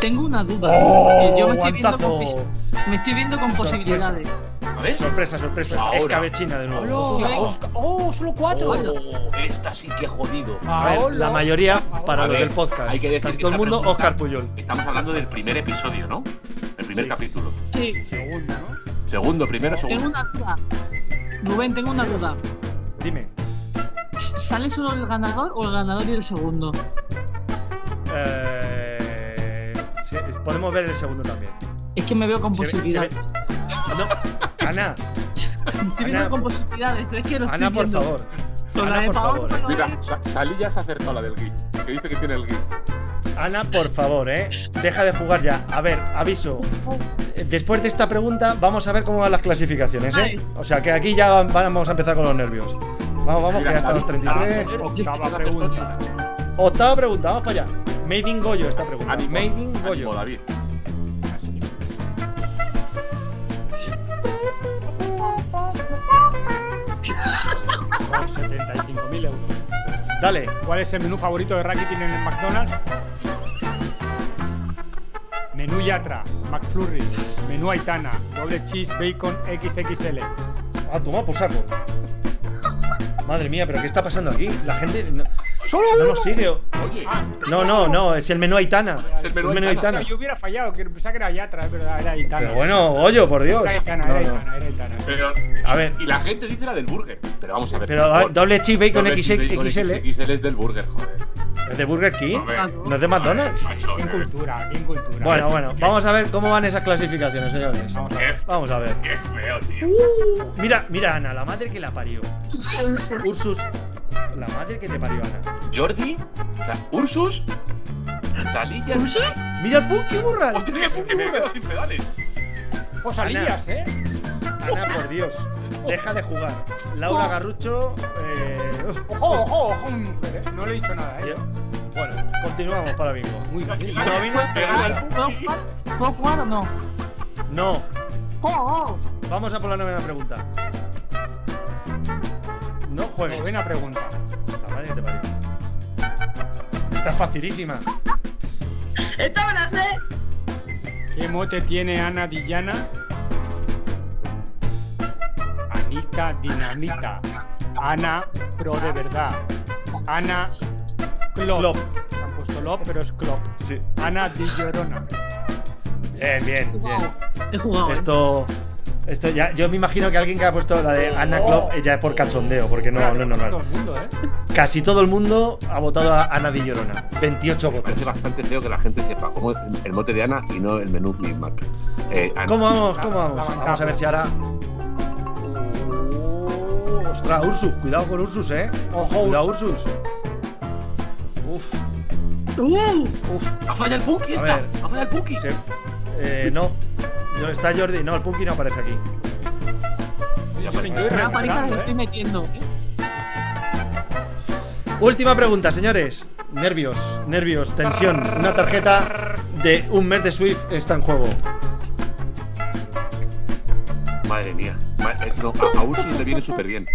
Tengo una duda.
¡Oh!
porque Eh, yo me estoy, viendo con,
¡Guantazo!
pos- me estoy viendo con posibilidades.
A ver.
Sorpresa, sorpresa.
Ahora.
Escabechina de nuevo.
Ahora.
¡Oh, solo cuatro!
Oh, esta sí que jodido.
A ver,
Paolo.
la mayoría para
A
los
ver,
del podcast.
hay que decir
Casi
que
todo el
esta
mundo,
pregunta-
Oscar Puyol.
Estamos hablando del primer episodio, ¿no? El primer
Sí.
capítulo.
Sí,
Segundo, ¿no?
Segundo, primero,
tengo
segundo.
una duda. Rubén, tengo una duda.
Dime.
¿Sale solo el ganador o el ganador y el segundo?
Eh, sí, podemos ver el segundo también.
Es que me veo con
Se ve- se ve-
posibilidades. <laughs>
No, Ana,
Me estoy
Ana,
viendo con posibilidades. Es que lo
Ana,
estoy
por
viendo.
favor.
Con la
Ana,
de
por
Paolo,
favor. eh.
no
Mira, Sa- Salí ya se ha acertado la del GIF. Que dice que tiene el GIF.
Ana, por favor, eh. Deja de jugar ya. A ver, aviso. Eh, Después de esta pregunta, vamos a ver cómo van las clasificaciones, eh.
Vale.
O sea que aquí ya van- vamos a empezar con los nervios. Vamos, vamos, que ya están los 33.
Ah, Octava pregunta.
Octava pregunta, vamos para allá. Made in Goyo, esta pregunta.
Ánimo,
Made in
ánimo,
Goyo.
David.
Por 75.000 euros.
Dale.
¿Cuál es el menú favorito de Rakitin en el McDonald's? Menú Yatra, McFlurry, menú Aitana, doble cheese, bacon, XXL.
Ah, toma por saco. Madre mía, pero ¿qué está pasando aquí? La gente no,
¡Solo
no nos sigue. o-
Oye,
No, no, no, es el menú Aitana.
Es el menú
Es
Aitana.
Yo hubiera fallado, que pensaba que era Yatra, es verdad, era Aitana.
Pero bueno, Goyo, por Dios.
Era Aitana,
No,
era
no.
Aitana, era Aitana.
pero.
A ver,
Y la gente dice la del burger. Pero vamos a ver.
pero ah,
por
a-
favor.
doble cheesebacon
Doble cheese bacon
XXL.
XXL es del burger, joder.
¿eh? ¿Es de Burger King?
A ver,
Ah,
¿No es de McDonald's?
macho,
Qué
eh,
cultura, qué cultura.
Bueno, bueno, vamos a ver cómo van esas clasificaciones, señores.
Vamos a
Qué,
ver.
f-
Vamos a ver.
qué feo, tío.
Mira, mira, Ana, la madre que la parió. Ursus, la madre que te parió, Ana.
Jordi, Sa- Ursus, Salillas.
Mira el punk, qué burra.
Ostras, que me quedo sin pedales.
Josalías, eh.
Ana, por Dios, deja de jugar. Laura Garrucho. Eh... uf,
Ojo, ojo, ojo, mi mujer, eh. No le he dicho nada, eh.
ya. Bueno, continuamos para bingo.
Muy bien.
Novena
Te gana el
pregunta.
¿Puedo jugar? ¿Puedo jugar o no?
No,
¡Oh!
vamos a por la novena pregunta. No juegues.
Buena pregunta.
La madre que te parió. Está facilísima.
¡Esta me la sé!
¿Qué mote tiene Ana Dillana? Anita Dinamita. Ana Pro de verdad. Ana Clop.
Clop.
Han puesto Lop, pero es Clop.
Sí.
Ana Di Llorona.
Bien, bien, bien.
He jugado. ¿eh?
Esto. Esto ya. Yo me imagino que alguien que ha puesto la de Ana Klopp eh, ya es por cachondeo, porque no, no es
Todo
normal.
el mundo, ¿eh?
Casi todo el mundo ha votado a Ana Di Llorona. 28
Me
votos.
parece bastante feo que la gente sepa cómo es el mote de Ana y no el menú Big Mac. Eh, Ana.
¿Cómo vamos? ¿Cómo
La- la
vamos?
bancada.
Vamos a ver si ahora. Oh, ostras, Ursus, cuidado con Ursus, eh.
Ojo.
Cuidado, Ursus. Uf,
¡Uh!
uf.
¡Ha fallado el Punky
A
esta!
ver.
¡Ha fallado el Punky!
se- eh, no. Yo- Está Jordi, no, el Punky no aparece aquí.
Ya
Yo me
aparece.
estoy
Una paliza que
recuperando,
le estoy
¿eh?
metiendo. ¿eh?
Última pregunta, señores. Nervios, nervios, tensión. Una tarjeta de un mes de Swift está en juego.
Madre mía. Ma- eh, no, a, a Ursus le viene súper bien.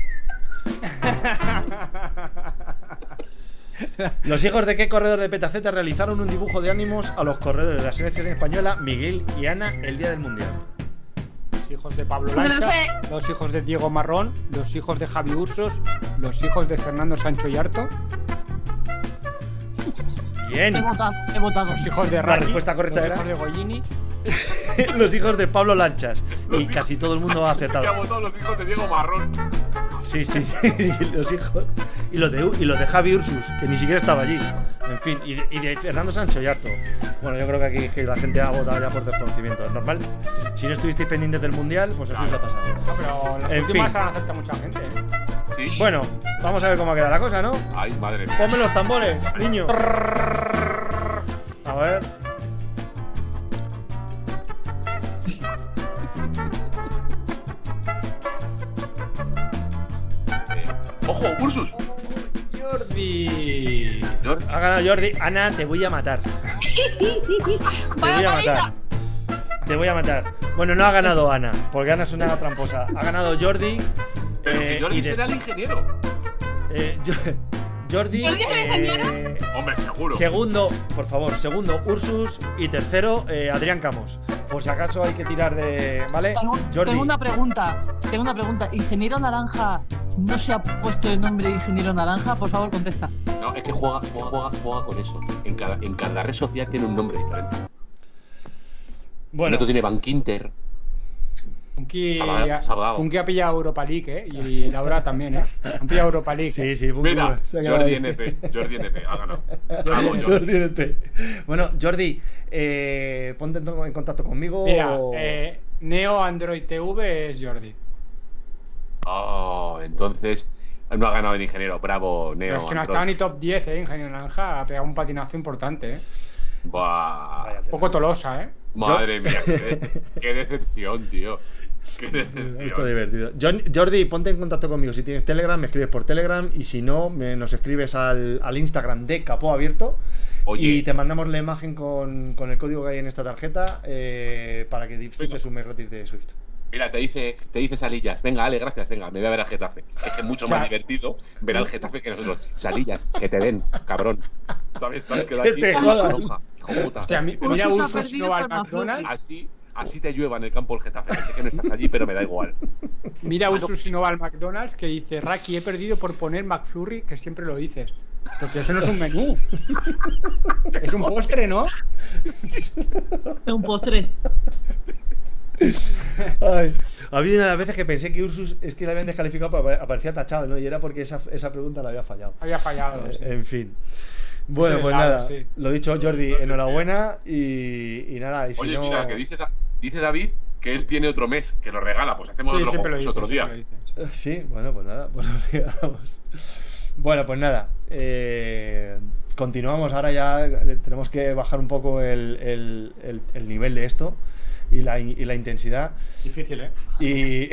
Los hijos de qué corredor de Petaceta realizaron un dibujo de ánimos a los corredores de la selección española, Miguel y Ana, el día del mundial.
Los hijos de Pablo
Me lo
Lancha,
sé.
los hijos de Diego Marrón, los hijos de Javi Ursos, los hijos de Fernando Sancho y Harto.
Bien.
He votado, he votado.
Los hijos de
La
Raggi,
respuesta correcta
los
era-
hijos de Gollini.
<laughs> Los hijos de Pablo Lanchas.
Los
Y
hijos-
casi todo el mundo ha
Que ha
acertado.
votado los hijos de Diego Marrón.
Sí, sí. <laughs> Y los hijos. Y los, de, U- y los de Javi Ursus, que ni siquiera estaba allí. En fin, y de, y de Fernando Sancho y harto. Bueno, yo creo que aquí es que la gente ha votado ya por desconocimiento. Es normal. Si no estuvisteis pendientes del mundial, pues así os ha pasado.
No, pero las
En
últimas
fin.
han aceptado mucha gente. ¿eh?
Sí.
Bueno, vamos a ver cómo queda la cosa, ¿no?
Ay, madre mía.
Ponme los tambores, niño. A ver.
Eh, Ojo, Ursus.
Jordi.
Jordi.
Ha ganado Jordi. Ana, te voy a matar. Te voy a matar. Te voy a matar. Bueno, no ha ganado Ana, porque Ana es una tramposa. Ha ganado Jordi.
Pero
eh,
que
y
Jordi
de-
será el ingeniero.
eh, Jo- <laughs> Jordi.
¿Jordi es el
eh,
Hombre, seguro.
segundo, por favor, segundo Ursus. Y tercero, eh, Adrián Camos. Por si acaso hay que tirar de. ¿Vale?
Tengo,
Jordi.
tengo una pregunta. Tengo una pregunta. ¿Ingeniero Naranja no se ha puesto el nombre de Ingeniero Naranja? Por favor, contesta.
No, es que juega, juega, juega, juega con eso. En cada, en cada red social tiene un nombre diferente. El
Bueno,
otro tiene Bankinter.
Funky,
Salada- salado.
Funky ha pillado Europa League, ¿eh? Y Laura también, ¿eh? Han pillado Europa League.
sí,
¿eh?
sí, Bunky
Mira,
se ha quedado
Jordi
ahí. <laughs>
<laughs>
NP. Jordi NP. Ha ganado.
Jordi
Bravo,
NP.
Jordi.
Jordi en el P. Bueno, Jordi, eh, ponte en to- en contacto conmigo.
Mira,
o-
eh, Neo Android TV es Jordi.
Oh, entonces no ha ganado el ingeniero. Bravo, Neo.
Pero es que no ha
Android.
estado ni top 10, ¿eh? Ingeniero Naranja ha pegado un patinazo importante, ¿eh?
Buah,
Vaya
Un poco tolosa, ¿eh?
madre mía, qué,
<laughs>
de- qué decepción, tío. Qué
Esto es
decepción.
divertido. Jon- Jordi, ponte en contacto conmigo. Si tienes Telegram, me escribes por Telegram. Y si no, me- nos escribes al, al Instagram de Capó Abierto.
Oye.
Y te mandamos la imagen con, con el código que hay en esta tarjeta eh, para que disfrutes un mes gratis de Swift.
Mira, te dice, te dice Salillas, venga, Ale, gracias, venga, me voy a ver al Getafe. Es que es mucho más
Claro.
divertido ver al Getafe que nosotros. Salillas, que te den, cabrón. ¿Sabes? Te has quedado
Que
aquí
te
con
jodan.
una hoja, hijo puta.
Hostia, mi-
Pero
mira,
Ursus ha
Ursus
perdido
no va al
para
McDonald's.
Así, así te llueva en el campo el Getafe. Sé que no estás allí, pero me da igual.
Mira Ursus si no va al McDonald's que dice Raki, he perdido por poner McFlurry, que siempre lo dices. Porque eso no es un menú. es un postre, ¿no?
Es un postre.
Ay, había unas veces que pensé que Ursus es que la habían descalificado, pero aparecía tachado, ¿no? Y era porque esa, esa pregunta la había fallado. Eh,
Había fallado. sí.
En fin. Bueno,
Sí,
pues
claro,
nada.
sí.
Lo dicho, Jordi, enhorabuena. Y, y nada, y si
Oye,
no.
mira, que dice, Da- dice David que él tiene otro mes, que lo regala. Pues hacemos
Sí,
otro,
siempre lo
concurso
dices.
otro día.
siempre lo
<laughs>
dices.
Sí, bueno, pues nada, pues <laughs> nos quedamos. Bueno, pues nada. eh, continuamos, ahora ya eh, tenemos que bajar un poco el, el- el- el nivel de esto y la, in- y la intensidad.
Difícil, ¿eh?
Y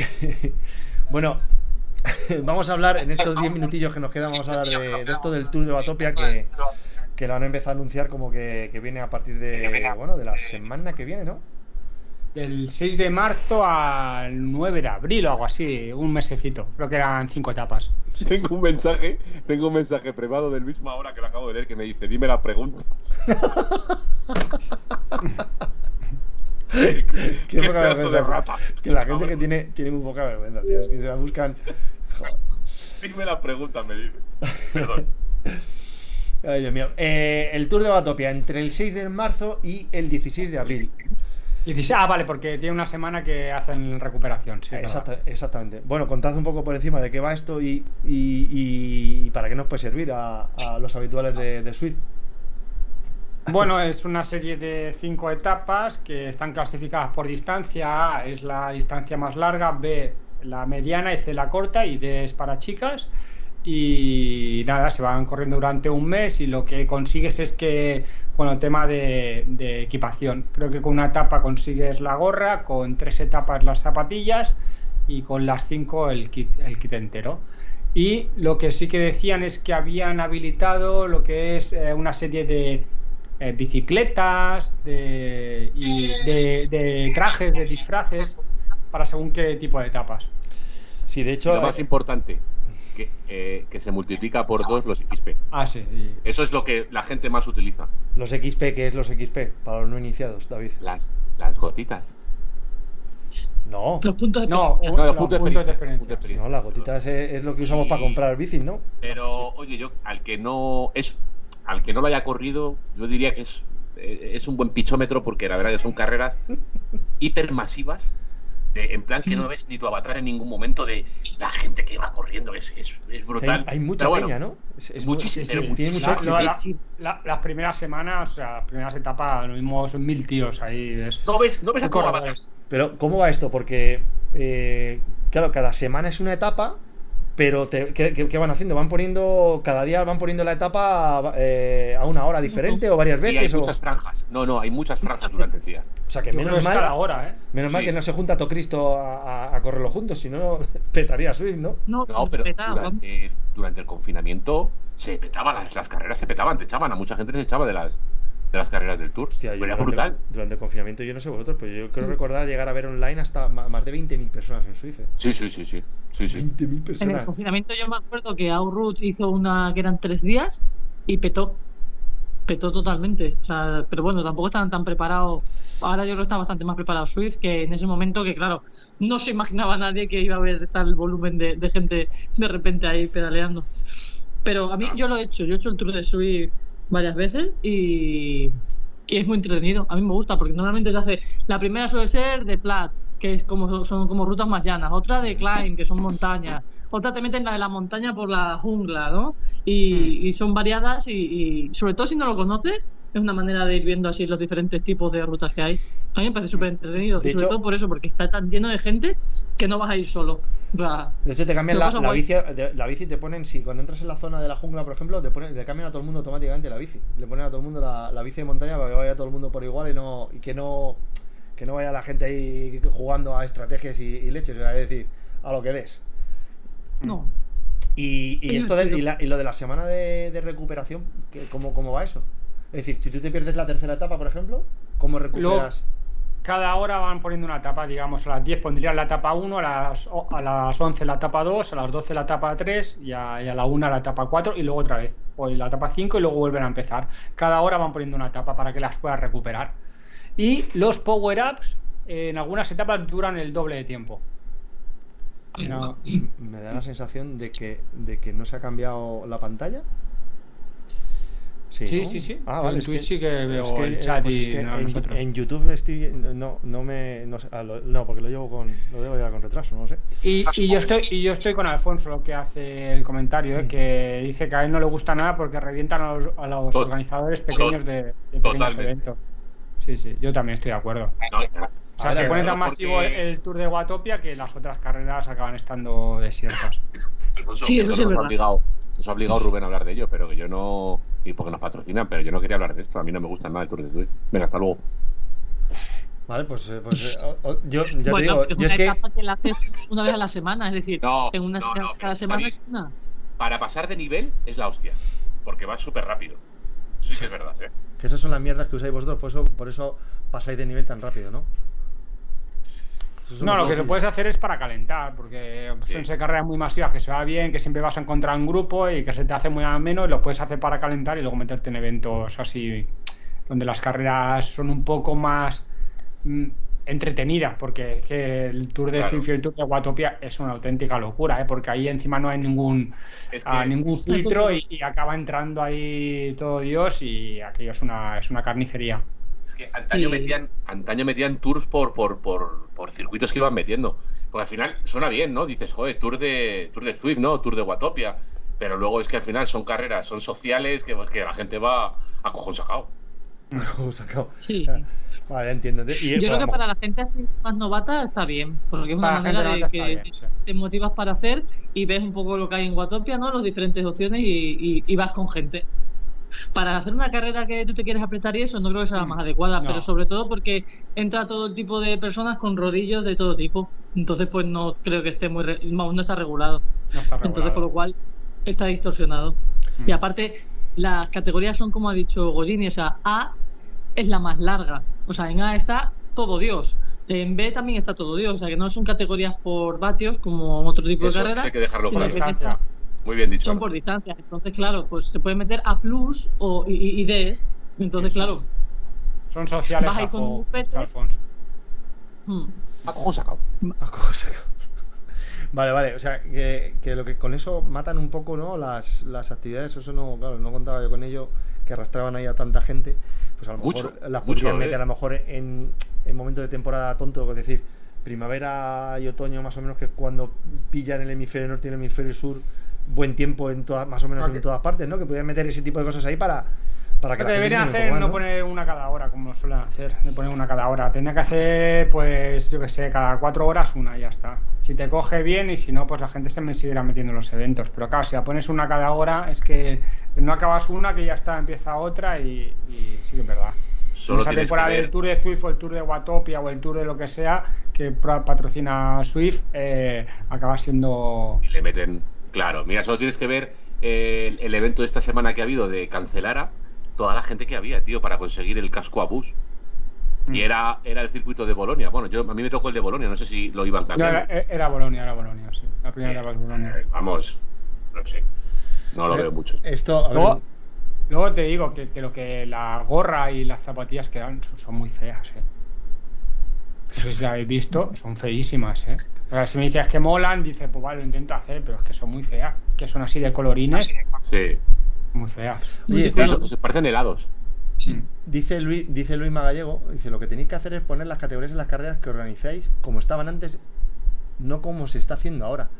<laughs> bueno, <laughs> vamos a hablar en estos 10 minutillos que nos quedan, vamos a hablar de, de esto del Tour de Batopia que, que lo han empezado a anunciar como que, que viene a partir de, bueno, de la semana que viene, ¿no?
Del 6 de marzo al 9 de abril o algo así, un mesecito. Creo que eran cinco etapas.
<laughs> Tengo un mensaje, tengo un mensaje privado del mismo ahora que lo acabo de leer que me dice, dime las preguntas.
<laughs> Qué poca
pedazo de
vergüenza.
rata.
Que la gente que tiene, tiene muy poca vergüenza, tío. Es que se la buscan. Joder.
Dime las preguntas, me dice. Perdón.
Ay, Dios mío. Eh, el Tour de Batopia entre el 6 de marzo y el 16 de abril.
Y dices, ah, vale, porque tiene una semana que hacen recuperación.
Eh,
Sí, es verdad.
Exacta- exactamente. Bueno, contad un poco por encima de qué va esto y, y- y- y para qué nos puede servir a, a los habituales de, de Swift.
Bueno, es una serie de cinco etapas que están clasificadas por distancia. A es la distancia más larga, B la mediana y C la corta y D es para chicas. Y nada, se van corriendo durante un mes y lo que consigues es que, bueno, tema de, de equipación. Creo que con una etapa consigues la gorra, con tres etapas las zapatillas y con las cinco el kit, el kit entero. Y lo que sí que decían es que habían habilitado lo que es eh, una serie de eh, bicicletas, de, y de- de trajes, de disfraces, para según qué tipo de etapas.
Sí, de hecho.
Lo más
eh,
importante, que, eh, que se multiplica por dos los XP.
Ah, sí. y-
Eso es lo que la gente más utiliza.
los XP, ¿qué es los XP? Para los no iniciados, David.
Las, las gotitas.
No,
Los puntos de
No,
experiencia.
u-
No,
los
los
puntos,
puntos de
de
experiencia,
experiencia.
puntos de experiencia.
no, las gotitas es, es lo que usamos para comprar bicis, ¿no?
Pero, oye, yo al que no. Es, al que no lo haya corrido, yo diría que es, eh, es un buen pichómetro porque la verdad que
<laughs>
son carreras hipermasivas. de- en plan
Mm.
que no ves ni tu avatar en ningún momento de la gente que va corriendo, es, es, es
O sea,
brutal.
hay, hay mucha
Pero bueno,
peña, ¿no? Es, es
muchísima,
muy-
pero
tiene mucho
muchísima.
éxito.
No,
sí,
la-
sí.
la- las primeras semanas, o sea, las primeras etapas, lo mismo son mil tíos ahí. de esos.
No ves, no ves a tu avatar.
corredores.
Pero, ¿cómo va esto? Porque, eh, claro, cada semana es una etapa, pero te- ¿qué, qué- qué van haciendo? ¿Van poniendo, cada día van poniendo la etapa eh, a una hora diferente o varias
Y hay
veces? o,
muchas franjas. No, no, hay muchas franjas durante el día.
o sea, que
Yo creo que
menos
es cada
mal,
hora, ¿eh?
menos mal
Sí.
que no se junta Tocristo a, a- a correrlo juntos, si no, <laughs> petaría Swift, ¿no?
No,
No, pero
petado, vamos.
durante, durante el confinamiento se petaban, las, las carreras se petaban, te echaban, a mucha gente se echaba de las, de las carreras del Tour.
Hostia, yo
Pero era
durante,
brutal.
durante el confinamiento, yo no sé vosotros, pero yo creo recordar llegar a ver online hasta ma- más de 20.000 personas en Swift. ¿eh?
Sí, sí, sí, sí. sí, sí.
20.000
En el
personas.
confinamiento yo me acuerdo que Aurut hizo una que eran tres días y petó. Petó totalmente. O sea, pero bueno, tampoco estaban tan preparados. Ahora yo creo que está bastante más preparado Swift que en ese momento que, claro, no se imaginaba nadie que iba a haber tal volumen de, de gente de repente ahí pedaleando. Pero a mí yo lo he hecho. Yo he hecho el tour de Swift varias veces y, y es muy entretenido. A mí me gusta porque normalmente se hace. La primera suele ser de flats, que es como son como rutas más llanas. Otra de climb, que son montañas. Otra te meten la de la montaña por la jungla, ¿no? Y,
Hmm.
y son variadas y, y sobre todo si no lo conoces, es una manera de ir viendo así los diferentes tipos de rutas que hay. A mí me parece súper entretenido.
De
Y sobre
hecho-
todo por eso, porque está tan lleno de gente que no vas a ir solo. O sea,
De hecho, te cambian
Lo
la,
paso
la
guay.
bici, de- la bici te ponen, si cuando entras en la zona de la jungla, por ejemplo, te, ponen, te cambian a todo el mundo automáticamente la bici. Le ponen a todo el mundo la, la bici de montaña para que vaya todo el mundo por igual y no y que no que no vaya la gente ahí jugando a estrategias y, y leches, o sea, es decir, a lo que des. Hmm.
no.
Y, y
Es
esto de- y,
divertido.
la- y lo de la semana de, de recuperación, que- ¿cómo, ¿cómo va eso? Es decir, si tú te pierdes la tercera etapa, por ejemplo, ¿cómo recuperas?
Cada hora van poniendo una etapa, digamos, a las 10 pondrían la etapa 1, a las, o- a las 11 la etapa 2, a las 12 la etapa 3 y a, y a la 1 la etapa 4 y luego otra vez. O la etapa 5 y luego vuelven a empezar. Cada hora van poniendo una etapa para que las puedas recuperar. Y los power-ups eh, en algunas etapas duran el doble de tiempo. No,
M- Mm, Me da la sensación de que, de que no se ha cambiado la pantalla.
Sí,
¿no?
sí, sí.
Ah, vale.
En
es
Twitch
que-
sí que veo
es que,
el
eh,
chat
pues es
y
que
no
en,
nosotros.
en YouTube estoy viendo- no, no me no, sé, ah, lo- no, porque lo llevo con lo debo llevar con retraso, no lo sé.
Y, y yo estoy, y yo estoy con Alfonso, lo que hace el comentario, eh, que dice que a él no le gusta nada porque revientan a los, a los
To-
organizadores pequeños de, de pequeños
totalmente.
eventos. Sí, sí, yo también estoy de acuerdo.
No, eh, no.
O sea,
Ahora,
se pone
claro,
tan masivo el,
porque-
el Tour de Guatopia que las otras carreras acaban estando desiertas.
Alfonso,
Sí,
que
eso
nos
sí es
ha
verdad.
obligado- Nos ha obligado Rubén a hablar de ello, pero que yo no. Y porque nos patrocinan, pero yo no quería hablar de esto. A mí no me gusta nada el Tour de Tour. Venga, hasta luego.
Vale, pues, eh, pues eh, o- o- yo ya
Bueno,
te digo,
es
yo
una
es que
etapa que la haces una vez a la semana, es decir,
No,
en una
no, no, pero
cada
está
semana
bien.
es una.
Para pasar de nivel es la hostia, porque va súper rápido. Eso sí que es verdad. ¿eh?
que esas son las mierdas que usáis vosotros, por eso por eso pasáis de nivel tan rápido, ¿no? Esos son
No,
los
lo que se
dopings.
puedes hacer es para calentar, porque suelen
Sí.
ser carreras muy masivas que se va bien, que siempre vas a encontrar un grupo y que se te hace muy ameno y lo puedes hacer para calentar y luego meterte en eventos así donde las carreras son un poco más mm, entretenidas, porque es que el Tour de
Claro.
Zilfio y el Tour de Guatopia es una auténtica locura, ¿eh? porque ahí encima no hay ningún
Es
a
Ah,
que-
ningún filtro y, y acaba entrando ahí todo Dios y aquello es una, es una carnicería.
Es que antaño,
Sí.
metían, antaño metían tours por, por, por, por circuitos que iban metiendo. Porque al final suena bien, ¿no? Dices, joder, tour de, tour de Zwift, ¿no? Tour de Watopia. Pero luego es que al final son carreras, son sociales, que, que la gente va a cojón sacado.
Como sacado.
Sí.
Claro. Vale, entiendo. Y, pero
Yo
a
creo que
lo
para la gente así más novata está bien, porque es una
Para la gente
manera de
novata
que
está bien, sí.
te motivas para hacer y ves un poco lo que hay en Guatopia, ¿no? Las diferentes opciones y, y- y vas con gente. Para hacer una carrera que tú te quieres apretar y eso, no creo que sea la más adecuada,
Mm. no.
pero sobre todo porque entra todo el tipo de personas con rodillos de todo tipo. Entonces, pues no creo que esté muy. re- vamos, no está regulado.
No está
Entonces,
regulado.
con lo cual, está distorsionado.
Mm.
Y aparte, las categorías son como ha dicho Golini, o sea, A es la más larga. O sea, en A está todo Dios. En B también está todo Dios. O sea, que no son categorías por vatios como en otro tipo
Eso,
de
eso
carreras.
hay que dejarlo
Por
sino
para
que
mí.
la distancia.
Muy bien dicho.
Son
¿no?
por distancias. Entonces, claro, pues se puede meter A plus o, y, y- y Ds. Entonces,
Eso.
claro.
Son sociales
Vas ahí
a
con
fuego,
un bufete.
Alfonso.
hmm.
A cojón sacado.
A cojo sacado. <laughs> Vale, vale, o sea, que, que lo que con eso matan un poco, ¿no? Las, las actividades, eso no, claro, no contaba yo con ello, que arrastraban ahí a tanta gente, pues a lo
Mucho,
mejor las
mucho,
podrían
eh.
meter a lo mejor en, en momentos de temporada tonto, es decir, primavera y otoño más o menos, que es cuando pillan el hemisferio norte y el hemisferio sur buen tiempo en todas más o menos
Ah, que-
en todas partes, ¿no? Que podían meter ese tipo de cosas ahí para, para que
Lo
la
que
gente se
deberían
anime un
hacer
poco más,
no
¿no?
poner una cada hora, como suelen hacer, de poner una cada hora. Tendría que hacer, pues, yo que sé, cada cuatro horas una y ya está. Si te coge bien y si no, pues la gente se me seguirá metiendo en los eventos. Pero claro, si la pones una cada hora, es que no acabas una, que ya está, empieza otra y, y sí que es verdad.
Solo
Esa
tienes que
temporada
ver-
del Tour de Zwift o el Tour de Watopia o el Tour de lo que sea que pro- patrocina Swift, eh, acaba siendo...
y le meten. Claro, mira, solo tienes que ver eh, el, el evento de esta semana que ha habido de Cancelara, toda la gente que había, tío, para conseguir el casco a bus. Y
Mm.
era, era el circuito de Bolonia. Bueno, yo a mí me tocó el de Bolonia, no sé si lo iban
No,
cambiando.
era, era Bolonia, era Bolonia, sí. La primera era Bolonia.
Eh, Vamos, no sé. No lo
Eh,
veo mucho.
Esto, a ver,
Luego, luego te digo que, que lo que la gorra y las zapatillas que dan son, son muy feas, ¿eh? No sé si las habéis visto, son feísimas, ¿eh? O sea, si me dices que molan, dices, pues vale, lo intento hacer, pero es que son muy feas. Que son así de colorines,
Sí.
muy feas.
Oye,
Sí,
está-
so- se parecen helados.
Dice Luis, dice Luis Magallego, dice lo que tenéis que hacer es poner las categorías en las carreras que organizáis como estaban antes, no como se está haciendo ahora.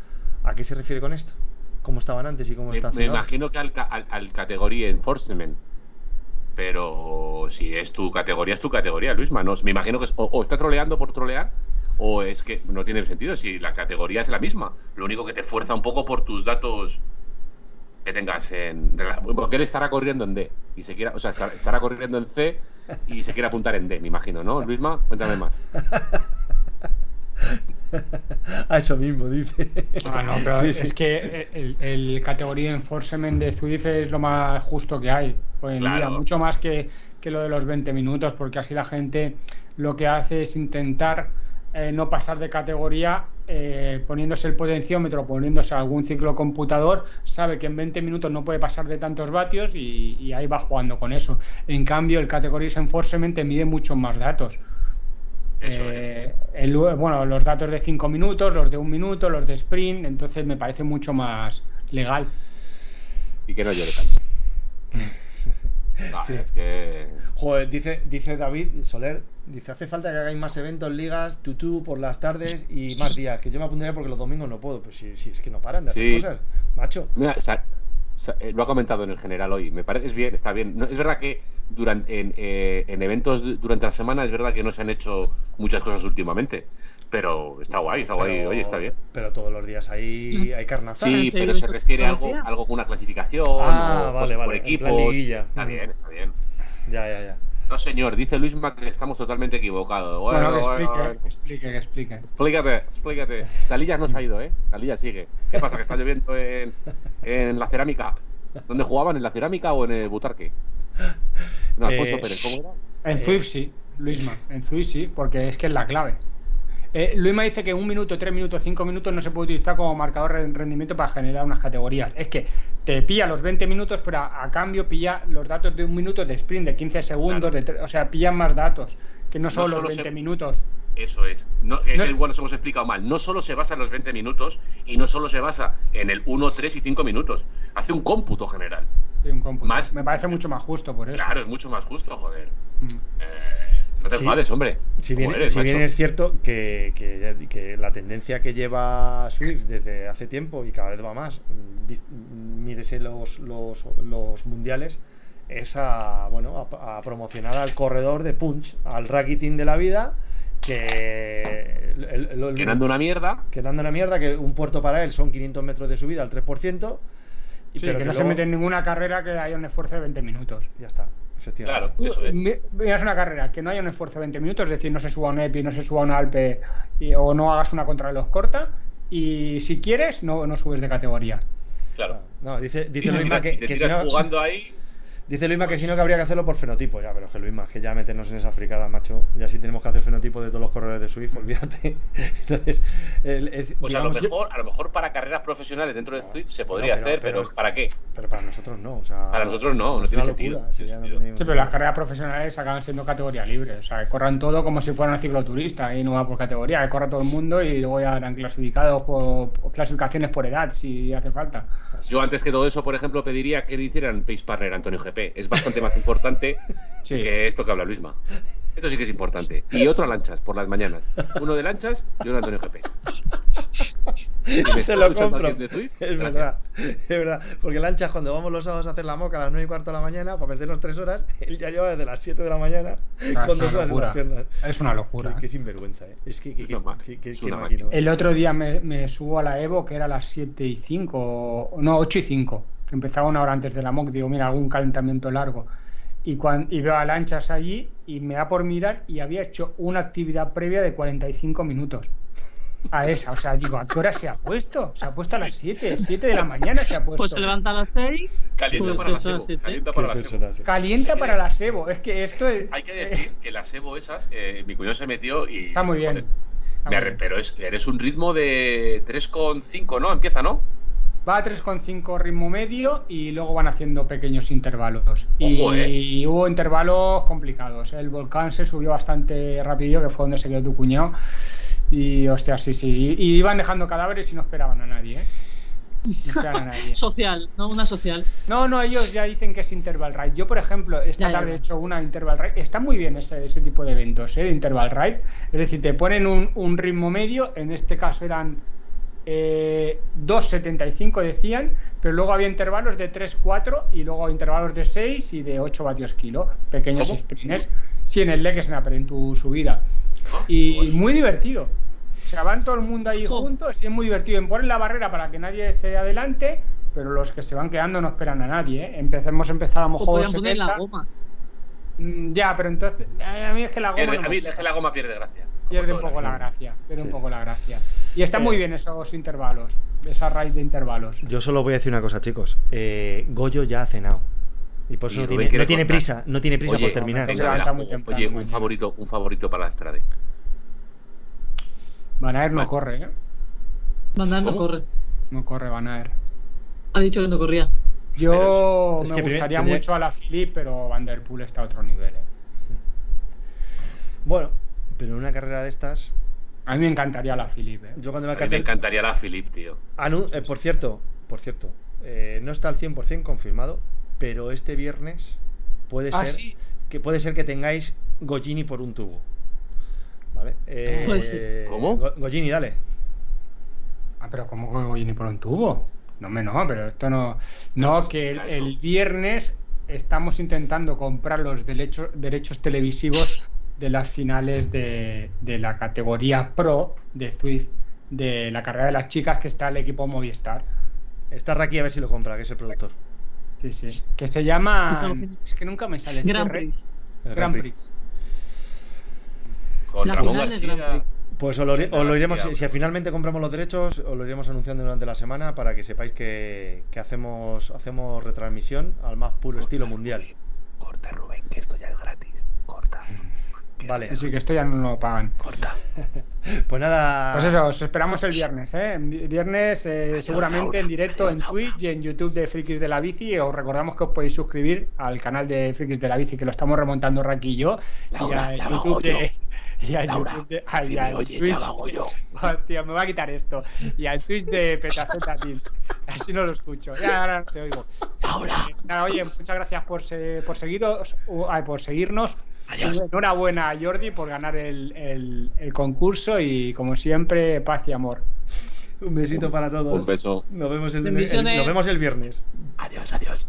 ¿A qué se refiere con esto? ¿Cómo estaban antes y cómo
Me,
está
Eh, me
haciendo ahora?
imagino que al, ca- al, al categoría Enforcement. Pero si es tu categoría, es tu categoría, Luis Manos. Me imagino que es- o, o está troleando por trolear, o es que no tiene sentido si la categoría es la misma. Lo único que te fuerza un poco por tus datos que tengas en. rela- Porque él estará corriendo en D. Y se quiera, o sea, estar- estará corriendo en C y se quiere apuntar en D, me imagino, ¿no? Luisma, cuéntame más.
A eso mismo, dice.
Ah,
<laughs>
no, pero
Sí, sí.
es que el, el categoría enforcement de Zwift es lo más justo que hay hoy en
Claro.
día, mucho más que, que lo de los 20 minutos, porque así la gente lo que hace es intentar eh, no pasar de categoría eh, poniéndose el potenciómetro, poniéndose algún ciclo computador, sabe que en 20 minutos no puede pasar de tantos vatios y, y ahí va jugando con eso. En cambio, el categoría enforcement te mide muchos más datos.
Eso es.
Eh, el- bueno, los datos de 5 minutos, los de un minuto, los de sprint, entonces me parece mucho más legal.
Y que no llore tanto.
Vale,
sí.
Es que.
Joder, dice, dice David Soler, dice, hace falta que hagáis más eventos, ligas, tutú por las tardes y más días, que yo me apuntaría porque los domingos no puedo, pues si, si es que no paran de hacer
Sí.
cosas, macho.
Mira, sa- sa- eh, lo ha comentado en el general hoy. Me parece es bien, está bien. No, es verdad que durante en, eh, en eventos du- durante la semana es verdad que no se han hecho muchas cosas últimamente, pero está guay, está guay. Oye, está bien.
Pero todos los días hay,
Sí.
hay carnaza.
Sí,
sí,
pero
yo
se
creo que
refiere a algo,
parecía.
algo con una clasificación
Ah,
o
vale,
cosas por
vale, en plan
equipos.
liguilla. Mm.
Está
Ujú.
bien, está bien.
Ya, ya, ya.
No, señor, dice Luisma que estamos totalmente equivocados.
Bueno,
Bueno,
que
bueno,
explique,
bueno.
que explique, que explique.
Explícate, explícate. Salillas no se ha ido, ¿eh? Salillas sigue. ¿Qué pasa? ¿Que está lloviendo en, en la cerámica? ¿Dónde jugaban? ¿En la cerámica o en el butarque? No, Alfonso
Eh,
Pérez, ¿cómo era?
En Zwift sí, Luisma, en Zwift sí, porque es que es la clave. Eh, Luisma dice que un minuto, tres minutos, cinco minutos no se puede utilizar como marcador de rendimiento para generar unas categorías. Es que te pilla los 20 minutos, pero a, a cambio pilla los datos de un minuto de sprint, de 15 segundos,
Claro.
de tre- o sea, pillan más datos que no solo,
solo
los
se-
20 minutos.
Eso es. No, es
No es-
igual nos hemos explicado mal. No solo se basa en los 20 minutos y no solo se basa en el 1, 3 y 5 minutos. Hace un cómputo general.
de un cómputo.
Más-
Me parece mucho más justo por eso.
Claro, es mucho más justo, joder.
Mm.
No te
Sí.
enfades, hombre.
Si bien,
Como eres,
si bien
macho.
es cierto que, que- que la tendencia que lleva Swift desde hace tiempo y cada vez va más, mm, vis- mm, mírese los, los, los mundiales, es a, bueno, a, a promocionar al corredor de Punch, al Rakitin de la vida, que, el- el- el-
Llenando una mierda.
que anda una mierda, que un puerto para él son 500 metros de subida al 3%, y
Sí,
pero que
que no se
luego-
mete en ninguna carrera que haya un esfuerzo de 20 minutos.
Ya está, efectivamente.
Claro, eso es.
Mi- Miras una carrera que no haya un esfuerzo de 20 minutos, es decir, no se suba un EPI, no se suba un Alpe y- o no hagas una contrarreloj corta y si quieres no, no subes de categoría.
Claro.
Ah, No, dice, dice
Y te
Luisma
tiras-
que,
y te
que si
tiras
no-
jugando ahí.
Dice Luisma que si no, que habría que hacerlo por fenotipo. Ya, pero es que Luisma, que ya meternos en esa fricada, macho. Ya si tenemos que hacer fenotipo de todos los corredores de Swift, olvídate. <laughs> Entonces, el- es-
Pues a lo,
digamos-
mejor, a lo mejor para carreras profesionales dentro de Zwift se
No,
podría
pero-
hacer,
pero
pero,
es-
¿para qué?
Pero para nosotros no. o sea,
Para nosotros
es-
no,
es
no
una
tiene
locura,
sentido,
si
tiene
ya no
sentido.
tiene ningún
Sí, pero las
sentido.
carreras profesionales acaban siendo categoría libre, o sea, que corran todo como si fueran cicloturista y no va por categoría, que corra todo el mundo y luego ya harán clasificados por, por clasificaciones por edad si hace falta.
Yo antes que todo eso, por ejemplo, pediría que le hicieran Pace Partner a Antonio GP. Es bastante más importante
Sí.
que esto que habla Luisma. Esto sí que es importante. Y otro a lanchas por las mañanas. Uno de lanchas y uno de Antonio
<laughs>
GP. Si me
Te
está
lo
escuchando
compro.
alguien de Twitch,
<laughs> Es
gracias.
verdad, es verdad. Porque Lanchas, cuando vamos los sábados a hacer la moca a las 9 y cuarto de la mañana, para meternos 3 horas, <laughs> él ya lleva desde las 7 de la mañana
Ah,
con dos horas
es una
en las
locura.
piernas.
Es una
Que,
locura.
que sinvergüenza, ¿eh? Es que, que,
Es
que,
una ma-
que- que-
es
que
una
maquinón.
El otro día me, me subo a la Evo, que era a las 7 y 5, o- no, 8 y 5, que empezaba una hora antes de la MOC. Digo, mira, algún calentamiento largo. Y, cuan- y veo a lanchas allí y me da por mirar y había hecho una actividad previa de 45 minutos. A esa, o sea, digo, ¿a qué hora se ha puesto? Se ha puesto a las 7, 7 de la mañana se ha puesto.
Pues se levanta a las 6.
Calienta
Pues
para la
eso,
cebo.
sí, sí.
Calienta
Qué
para la cebo.
personaje.
Calienta para las Evo, es que esto es- eh,
Hay que decir que las Evo esas, eh, mi cuñado se metió y.
está muy bien.
joder, me
Está muy
arre-
bien.
pero es, eres un ritmo de 3,5, ¿no? Empieza, ¿no?
Va a 3,5 ritmo medio y luego van haciendo pequeños intervalos.
Ojo, eh.
Y hubo intervalos complicados. ¿eh? El volcán se subió bastante rapidillo, que fue donde se quedó tu cuñado. Y hostia, sí, sí. Y, y iban dejando cadáveres y no esperaban a nadie, ¿eh? No esperaban a
<laughs>
nadie.
Social, no una social.
No, no, ellos ya dicen que es interval ride. Yo, por ejemplo, esta
Ya, ya.
tarde he hecho una interval ride. Está muy bien ese, ese tipo de eventos, ¿eh? De interval ride. Es decir, te ponen un, un ritmo medio, en este caso eran eh, 2,75 decían, pero luego había intervalos de 3,4 y luego intervalos de 6 y de 8 vatios kilo, pequeños
¿Cómo?
sprints. Sí, en el leg snapper, en tu subida.
Ah,
Y
pues,
muy divertido. O sea, van todo el mundo ahí
Jo.
juntos y es muy divertido. Y Ponen la barrera para que nadie se adelante, pero los que se van quedando no esperan a nadie. ¿eh? Empecemos, empezábamos
O
juegos
podrían poner la
70.
goma.
Mm, Ya, pero entonces. A mí es que la goma.
pierde-
no
a
me
mí es que la goma pierde gracia. como
pues pierde un
todo en
poco
la
la
vida.
gracia. Pierde
Sí.
un poco la gracia. Y está
Eh.
muy bien esos intervalos. Esa raíz de intervalos.
Yo solo voy a decir una cosa, chicos. Eh, Goyo ya ha cenado. Y por eso
Y
no
Rubén
tiene,
quiere
no tiene
cortar.
prisa, no tiene prisa
Oye,
por terminar.
venga,
o sea,
levanta muy
oye,
temprano
Oye, un
mañana.
favorito, un favorito para la Strade.
Van Aer no
Vale.
corre, ¿eh?
Van Aert no
¿Cómo?
corre.
No corre Van Aer.
Ha dicho que no corría.
Yo
es- es
me
que primer-
gustaría
tendría-
mucho a la Philip, pero Van Der Poel está a otro nivel. ¿eh?
Bueno, pero en una carrera de estas.
A mí me encantaría la Philip. ¿eh?
Yo cuando me
A mí me
cartel,
encantaría la Philip, tío.
Anu- eh, por cierto, por cierto, eh, no está al 100% confirmado, pero este viernes puede
Ah,
ser
sí.
que puede ser que tengáis Gollini por un tubo. ¿Vale? Eh,
Puede
pues
ser.
¿Cómo?
Go- Gollini, dale.
Ah, pero ¿cómo que voy ni por un tubo? No, me no, pero esto no. No, que el,
a eso.
el viernes estamos intentando comprar los derechos, derechos televisivos de las finales de, de la categoría pro de Zwift, de la carrera de las chicas, que está el equipo Movistar.
Está Raki a ver si lo compra, que es el productor.
Sí, sí. Que se llama. Es que nunca me sale.
Gran
CR.
Prix.
El
Grand Prix.
Con
La
Ramón
final del
García.
Gran Prix.
Pues os lo, iri-
Venga,
os lo iremos,
tía,
si, si
bro.
finalmente compramos los derechos, os lo iremos anunciando durante la semana para que sepáis que, que hacemos, hacemos retransmisión al más puro estilo mundial.
Corta, Rubén, que esto ya es gratis. Corta.
Vale,
Sí, sí, que esto ya no lo pagan.
Corta.
pues nada.
Pues eso, os esperamos el viernes, ¿eh? El Viernes eh, seguramente en directo en Twitch y en YouTube de Frikis de la Bici. Os recordamos que os podéis suscribir al canal de Frikis de la Bici, que lo estamos remontando Raki y yo.
Laura,
y
ya
a
bajo
YouTube
yo.
de... <laughs> Y a
Laura,
YouTube de... ah,
si
y
me
al
oye, ya
Twitch-
lo hago yo.
<laughs> Hostia, me va a quitar esto. Y al Twitch de Petaceta Team. Así no lo escucho. Ya, ahora te oigo.
Ahora,
Eh, nada, oye, muchas gracias por, se- por, seguiros, o- ay, por seguirnos.
Adiós.
Enhorabuena a Jordi por ganar el, el- el concurso y como siempre, paz y amor.
Un besito para todos.
Un beso.
Nos vemos el, el-
Bendiciones.
nos vemos el viernes.
adiós, adiós.